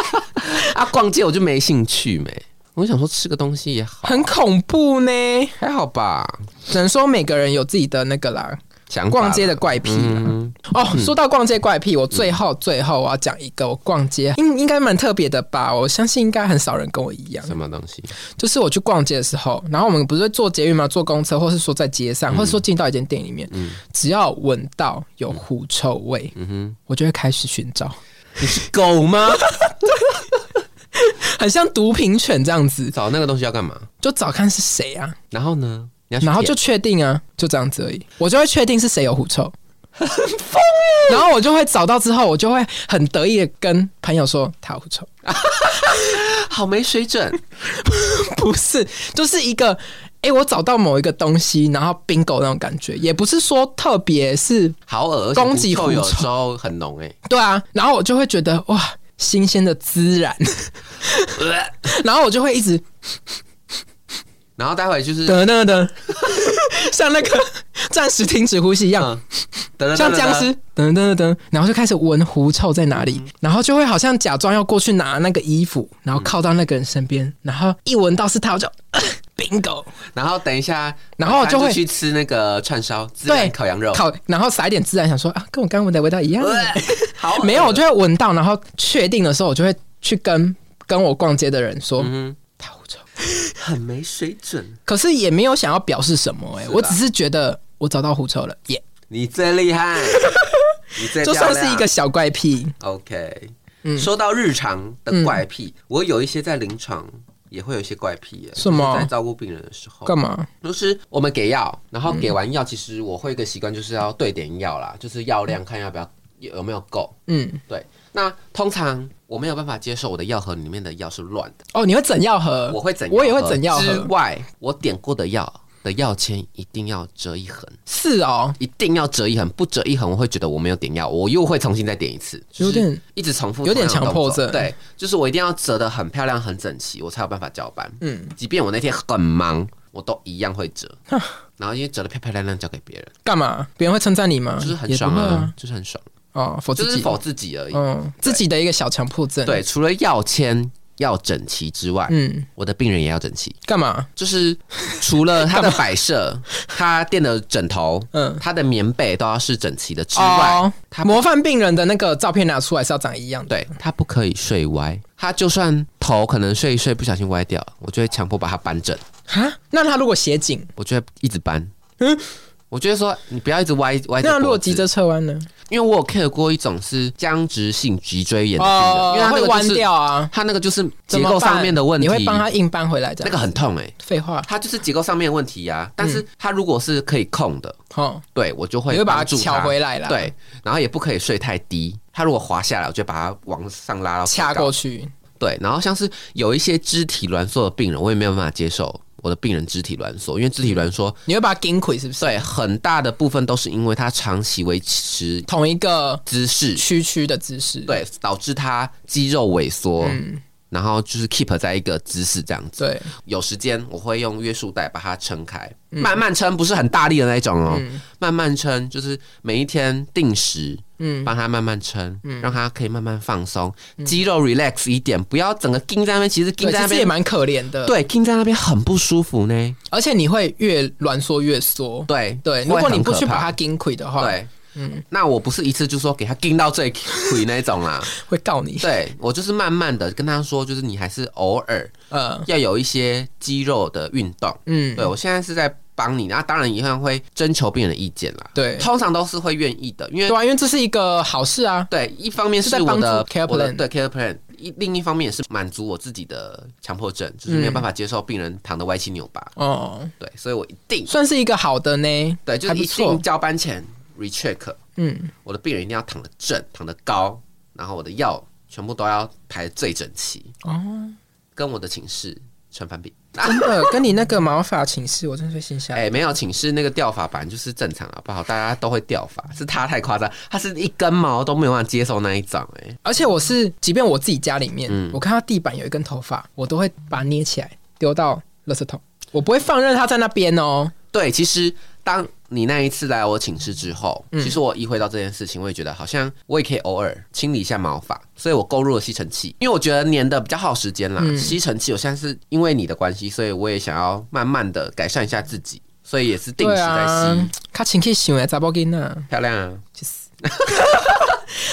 Speaker 1: 啊，逛街我就没兴趣没，我想说吃个东西也好，
Speaker 2: 很恐怖呢。
Speaker 1: 还好吧。
Speaker 2: 只能说每个人有自己的那个啦，
Speaker 1: 想法啦
Speaker 2: 逛街的怪癖啦。
Speaker 1: 嗯，
Speaker 2: 哦，说到逛街怪癖，我最后最后我要讲一个，我逛街应应该蛮特别的吧？我相信应该很少人跟我一样，
Speaker 1: 什么东西？
Speaker 2: 就是我去逛街的时候，然后我们不是会坐捷运吗？坐公车，或是说在街上，或是说进到一间店里面，只要闻到有狐臭味，
Speaker 1: 嗯哼，
Speaker 2: 我就会开始寻找，
Speaker 1: 你是狗吗？
Speaker 2: 很像毒品犬这样子，
Speaker 1: 找那个东西要干嘛？
Speaker 2: 就找看是谁啊。
Speaker 1: 然后呢？你要去
Speaker 2: 然后就
Speaker 1: 舔
Speaker 2: 确定啊，就这样子而已，我就会确定是谁有狐臭，然后我就会找到之后，我就会很得意的跟朋友说他有狐臭，
Speaker 1: 好没水准，
Speaker 2: 不是，就是一个哎、我找到某一个东西，然后 bingo 那种感觉，也不是说特别是
Speaker 1: 好恶，而且
Speaker 2: 攻击
Speaker 1: 狐臭有
Speaker 2: 狐臭
Speaker 1: 时候很浓哎、
Speaker 2: 对啊，然后我就会觉得哇，新鲜的孜然， 然后我就会一直
Speaker 1: 然后待会就是
Speaker 2: 噔噔噔，像那个暂时停止呼吸一样，
Speaker 1: 嗯，等等
Speaker 2: 像
Speaker 1: 等
Speaker 2: 僵
Speaker 1: 等
Speaker 2: 尸噔噔噔，嗯然后就开始闻狐臭在哪里，然后就会好像假装要过去拿那个衣服，然后靠到那个人身边，然后一闻到是他，我就 bingo，
Speaker 1: 然后等一下，
Speaker 2: 然后就
Speaker 1: 晚
Speaker 2: 会
Speaker 1: 餐去吃那个串烧，孜然
Speaker 2: 对，
Speaker 1: 烤羊肉，呃
Speaker 2: 烤，然后撒一点孜然，想说啊，跟我刚刚闻的味道一样。
Speaker 1: 好恶
Speaker 2: 没有，我就会闻到，然后确定的时候，我就会去跟跟我逛街的人说，
Speaker 1: 嗯
Speaker 2: 他狐臭。
Speaker 1: 哼，很没水准。
Speaker 2: 可是也没有想要表示什么、哎，
Speaker 1: 是啊
Speaker 2: 我只是觉得我找到狐臭了，耶、
Speaker 1: 你最厉 害，你最
Speaker 2: 就
Speaker 1: 漂亮
Speaker 2: 算是一个小怪癖。
Speaker 1: OK。说
Speaker 2: 嗯
Speaker 1: 到日常的怪癖，我有一些在临床也会有一些怪癖耶，
Speaker 2: 什么
Speaker 1: 就是在照顾病人的时候，
Speaker 2: 干嘛？
Speaker 1: 就是我们给药，然后给完药，其实我会有一个习惯，就是要对点药啦，就是药量看要不要有有没有够。
Speaker 2: 嗯，
Speaker 1: 对，那通常我没有办法接受我的药盒里面的药是乱的。
Speaker 2: 哦，你会整药盒？
Speaker 1: 我会整，
Speaker 2: 我也会整药
Speaker 1: 之
Speaker 2: 盒。
Speaker 1: 外，我点过的药的药签一定要折一横，
Speaker 2: 是哦，
Speaker 1: 一定要折一横，不折一横我会觉得我没有点药，我又会重新再点一次，就是
Speaker 2: 有点
Speaker 1: 一直重复，
Speaker 2: 有点强迫症
Speaker 1: 对，就是我一定要折得很漂亮、很整齐，我才有办法交班。
Speaker 2: 嗯，
Speaker 1: 即便我那天很忙，我都一样会 折。然后因为折得漂漂亮亮交给别人，
Speaker 2: 干嘛？别人会称赞你吗？
Speaker 1: 就是很
Speaker 2: 哎也不
Speaker 1: 爽
Speaker 2: 会
Speaker 1: 啊，。就是很爽，
Speaker 2: 哦，否
Speaker 1: 就
Speaker 2: 自
Speaker 1: 是
Speaker 2: 己，
Speaker 1: 否自己而已。
Speaker 2: 嗯，自己的一个小强迫症。，
Speaker 1: 对，除了药签要整齐之外，
Speaker 2: 嗯，
Speaker 1: 我的病人也要整齐。
Speaker 2: 干嘛？
Speaker 1: 就是除了 它的摆设，它垫的枕头，嗯
Speaker 2: 嗯，
Speaker 1: 它的棉被都要是整齐的之外，
Speaker 2: 哦
Speaker 1: 它
Speaker 2: 模范病人的那个照片拿出来是要长一样的。
Speaker 1: 对，它不可以睡歪。它就算头可能睡一睡不小心歪掉，我就会强迫把它扳正，
Speaker 2: 哈，那他如果斜颈，
Speaker 1: 我就会一直扳。嗯，我就会说你不要一直歪歪着脖
Speaker 2: 那
Speaker 1: 子。
Speaker 2: 如果急着侧弯呢？
Speaker 1: 因为我有 care 过一种是僵直性脊椎炎的病人，因
Speaker 2: 哦
Speaker 1: 为，它那
Speaker 2: 会
Speaker 1: 个
Speaker 2: 弯
Speaker 1: 就是
Speaker 2: 掉啊，
Speaker 1: 它那个就是结
Speaker 2: 怎么
Speaker 1: 构上
Speaker 2: 办
Speaker 1: 面的问题，
Speaker 2: 你会帮他硬搬回来的。
Speaker 1: 那个很痛哎、
Speaker 2: 废话，
Speaker 1: 它就是结构上面的问题呀、啊。但是它如果是可以控的，
Speaker 2: 哦，
Speaker 1: 对我就会
Speaker 2: 嗯你会把它
Speaker 1: 帮助
Speaker 2: 撬回来啦啊
Speaker 1: 对，然后也不可以睡太低，它如果滑下来，我就把它往上拉到
Speaker 2: 掐
Speaker 1: 最高
Speaker 2: 过。去，
Speaker 1: 对，然后像是有一些肢体挛缩的病人，我也没有办法接受我的病人肢体挛缩，因为肢体挛缩
Speaker 2: 你会把它顶回，是不是？
Speaker 1: 对很大的部分都是因为他长期维持
Speaker 2: 同一个
Speaker 1: 姿势，
Speaker 2: 区区的姿势，
Speaker 1: 对，导致他肌肉萎缩。
Speaker 2: 嗯
Speaker 1: 然后就是 keep 在一个姿势这样子，
Speaker 2: 对，
Speaker 1: 有时间我会用约束带把它撑开，
Speaker 2: 嗯
Speaker 1: 慢慢撑，不是很大力的那一种哦，慢慢撑，就是每一天定时，
Speaker 2: 嗯
Speaker 1: 帮他慢慢撑，让他可以慢慢放松，肌肉 relax 一点，不要整个盯在那边，其实盯
Speaker 2: 对，
Speaker 1: 在那
Speaker 2: 其实也
Speaker 1: 边，
Speaker 2: 蛮可怜的。，
Speaker 1: 对，盯在那边很不舒服呢，
Speaker 2: 而且你会越挛缩越缩。
Speaker 1: 对
Speaker 2: 对，如果你不去把嗯它
Speaker 1: 它，
Speaker 2: 顶回的话，
Speaker 1: 对。那我不是一次就说给他盯到最 苦那种啦，
Speaker 2: 会告你。
Speaker 1: 对我就是慢慢的跟他说，就是你还是偶尔
Speaker 2: 呃，
Speaker 1: 要有一些肌肉的运动，
Speaker 2: 嗯，
Speaker 1: 对我现在是在帮你，那当然一样会征求病人的意见啦。
Speaker 2: 对
Speaker 1: 通常都是会愿意的，因为
Speaker 2: 对啊，因为这是一个好事啊。
Speaker 1: 对一方面
Speaker 2: 是
Speaker 1: 是
Speaker 2: 在
Speaker 1: 我
Speaker 2: 帮助
Speaker 1: 的
Speaker 2: care
Speaker 1: 我的
Speaker 2: plan
Speaker 1: 对 care plan，一另一方面也是满足我自己的强迫症，就是
Speaker 2: 嗯
Speaker 1: 没有办法接受病人躺的歪七扭八。
Speaker 2: 哦，
Speaker 1: 对，所以我一定
Speaker 2: 算是一个好的呢。
Speaker 1: 对，就
Speaker 2: 还
Speaker 1: 是
Speaker 2: 不
Speaker 1: 一
Speaker 2: 错
Speaker 1: 定交班前 recheck，
Speaker 2: 嗯，
Speaker 1: 我的病人一定要躺得正，躺得高，然后我的药全部都要排最整齐，
Speaker 2: 哦，
Speaker 1: 跟我的寝室成反比。
Speaker 2: 真的，跟你那个毛发寝室，我真是会心想，
Speaker 1: 哎、没有寝室那个掉法本来就是正常啊，不好，大家都会掉法，是他太夸张，他是一根毛都没有办法接受那一掌、哎，
Speaker 2: 而且我是，即便我自己家里面，
Speaker 1: 嗯
Speaker 2: 我看到地板有一根头发，我都会把它捏起来丢到垃圾桶，我不会放任它在那边哦。
Speaker 1: 对，其实当你那一次来我寝室之后，
Speaker 2: 嗯
Speaker 1: 其实我意会到这件事情，我也觉得好像我也可以偶尔清理一下毛发，所以我购入了吸尘器，因为我觉得粘的比较耗时间啦。
Speaker 2: 嗯
Speaker 1: 吸尘器我现在是因为你的关系，所以我也想要慢慢的改善一下自己，所以也是定时
Speaker 2: 对
Speaker 1: 在吸，
Speaker 2: 啊，他请去洗来杂包给呢。
Speaker 1: 漂亮啊。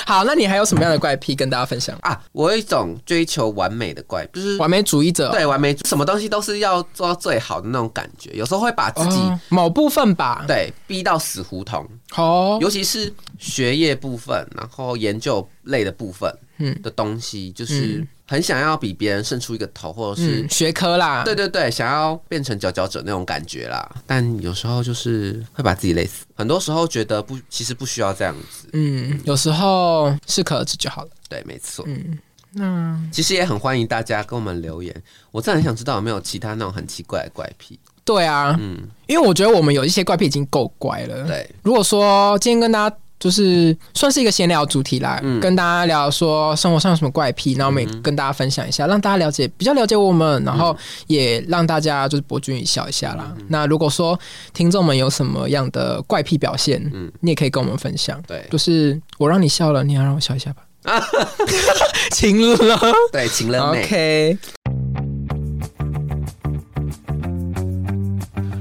Speaker 2: 好，那你还有什么样的怪癖跟大家分享？
Speaker 1: 啊，我有一种追求完美的怪，就是
Speaker 2: 完美主义者，哦
Speaker 1: 对，完美，什么东西都是要做到最好的那种感觉。有时候会把自己、
Speaker 2: 哦某部分吧。
Speaker 1: 对逼到死胡同，
Speaker 2: 哦，
Speaker 1: 尤其是学业部分，然后研究类的部分，嗯
Speaker 2: 嗯
Speaker 1: 的东西，就是很想要比别人胜出一个头，或者是、
Speaker 2: 嗯，学科啦，
Speaker 1: 对，对对，想要变成佼佼者那种感觉啦。但有时候就是会把自己累死，很多时候觉得不，其实不需要这样子。
Speaker 2: 嗯，有时候适可而止就好了。
Speaker 1: 对，没错。
Speaker 2: 嗯那
Speaker 1: 其实也很欢迎大家跟我们留言，我真的很想知道有没有其他那种很奇怪的怪癖。
Speaker 2: 对啊，
Speaker 1: 嗯，
Speaker 2: 因为我觉得我们有一些怪癖已经够乖了。
Speaker 1: 对，
Speaker 2: 如果说今天跟大家就是算是一个闲聊主题啦，
Speaker 1: 嗯
Speaker 2: 跟大家聊说生活上有什么怪癖，然后我们也跟大家分享一下，让大家了解比较了解我们，然
Speaker 1: 嗯
Speaker 2: 后也让大家就是博君一笑一下啦。那如果说听众们有什么样的怪癖表现，
Speaker 1: 嗯
Speaker 2: 你也可以跟我们分享。
Speaker 1: 对
Speaker 2: 就是我让你笑了，你要让我笑一 下吧。晴了
Speaker 1: 对，情人妹。
Speaker 2: ，OK，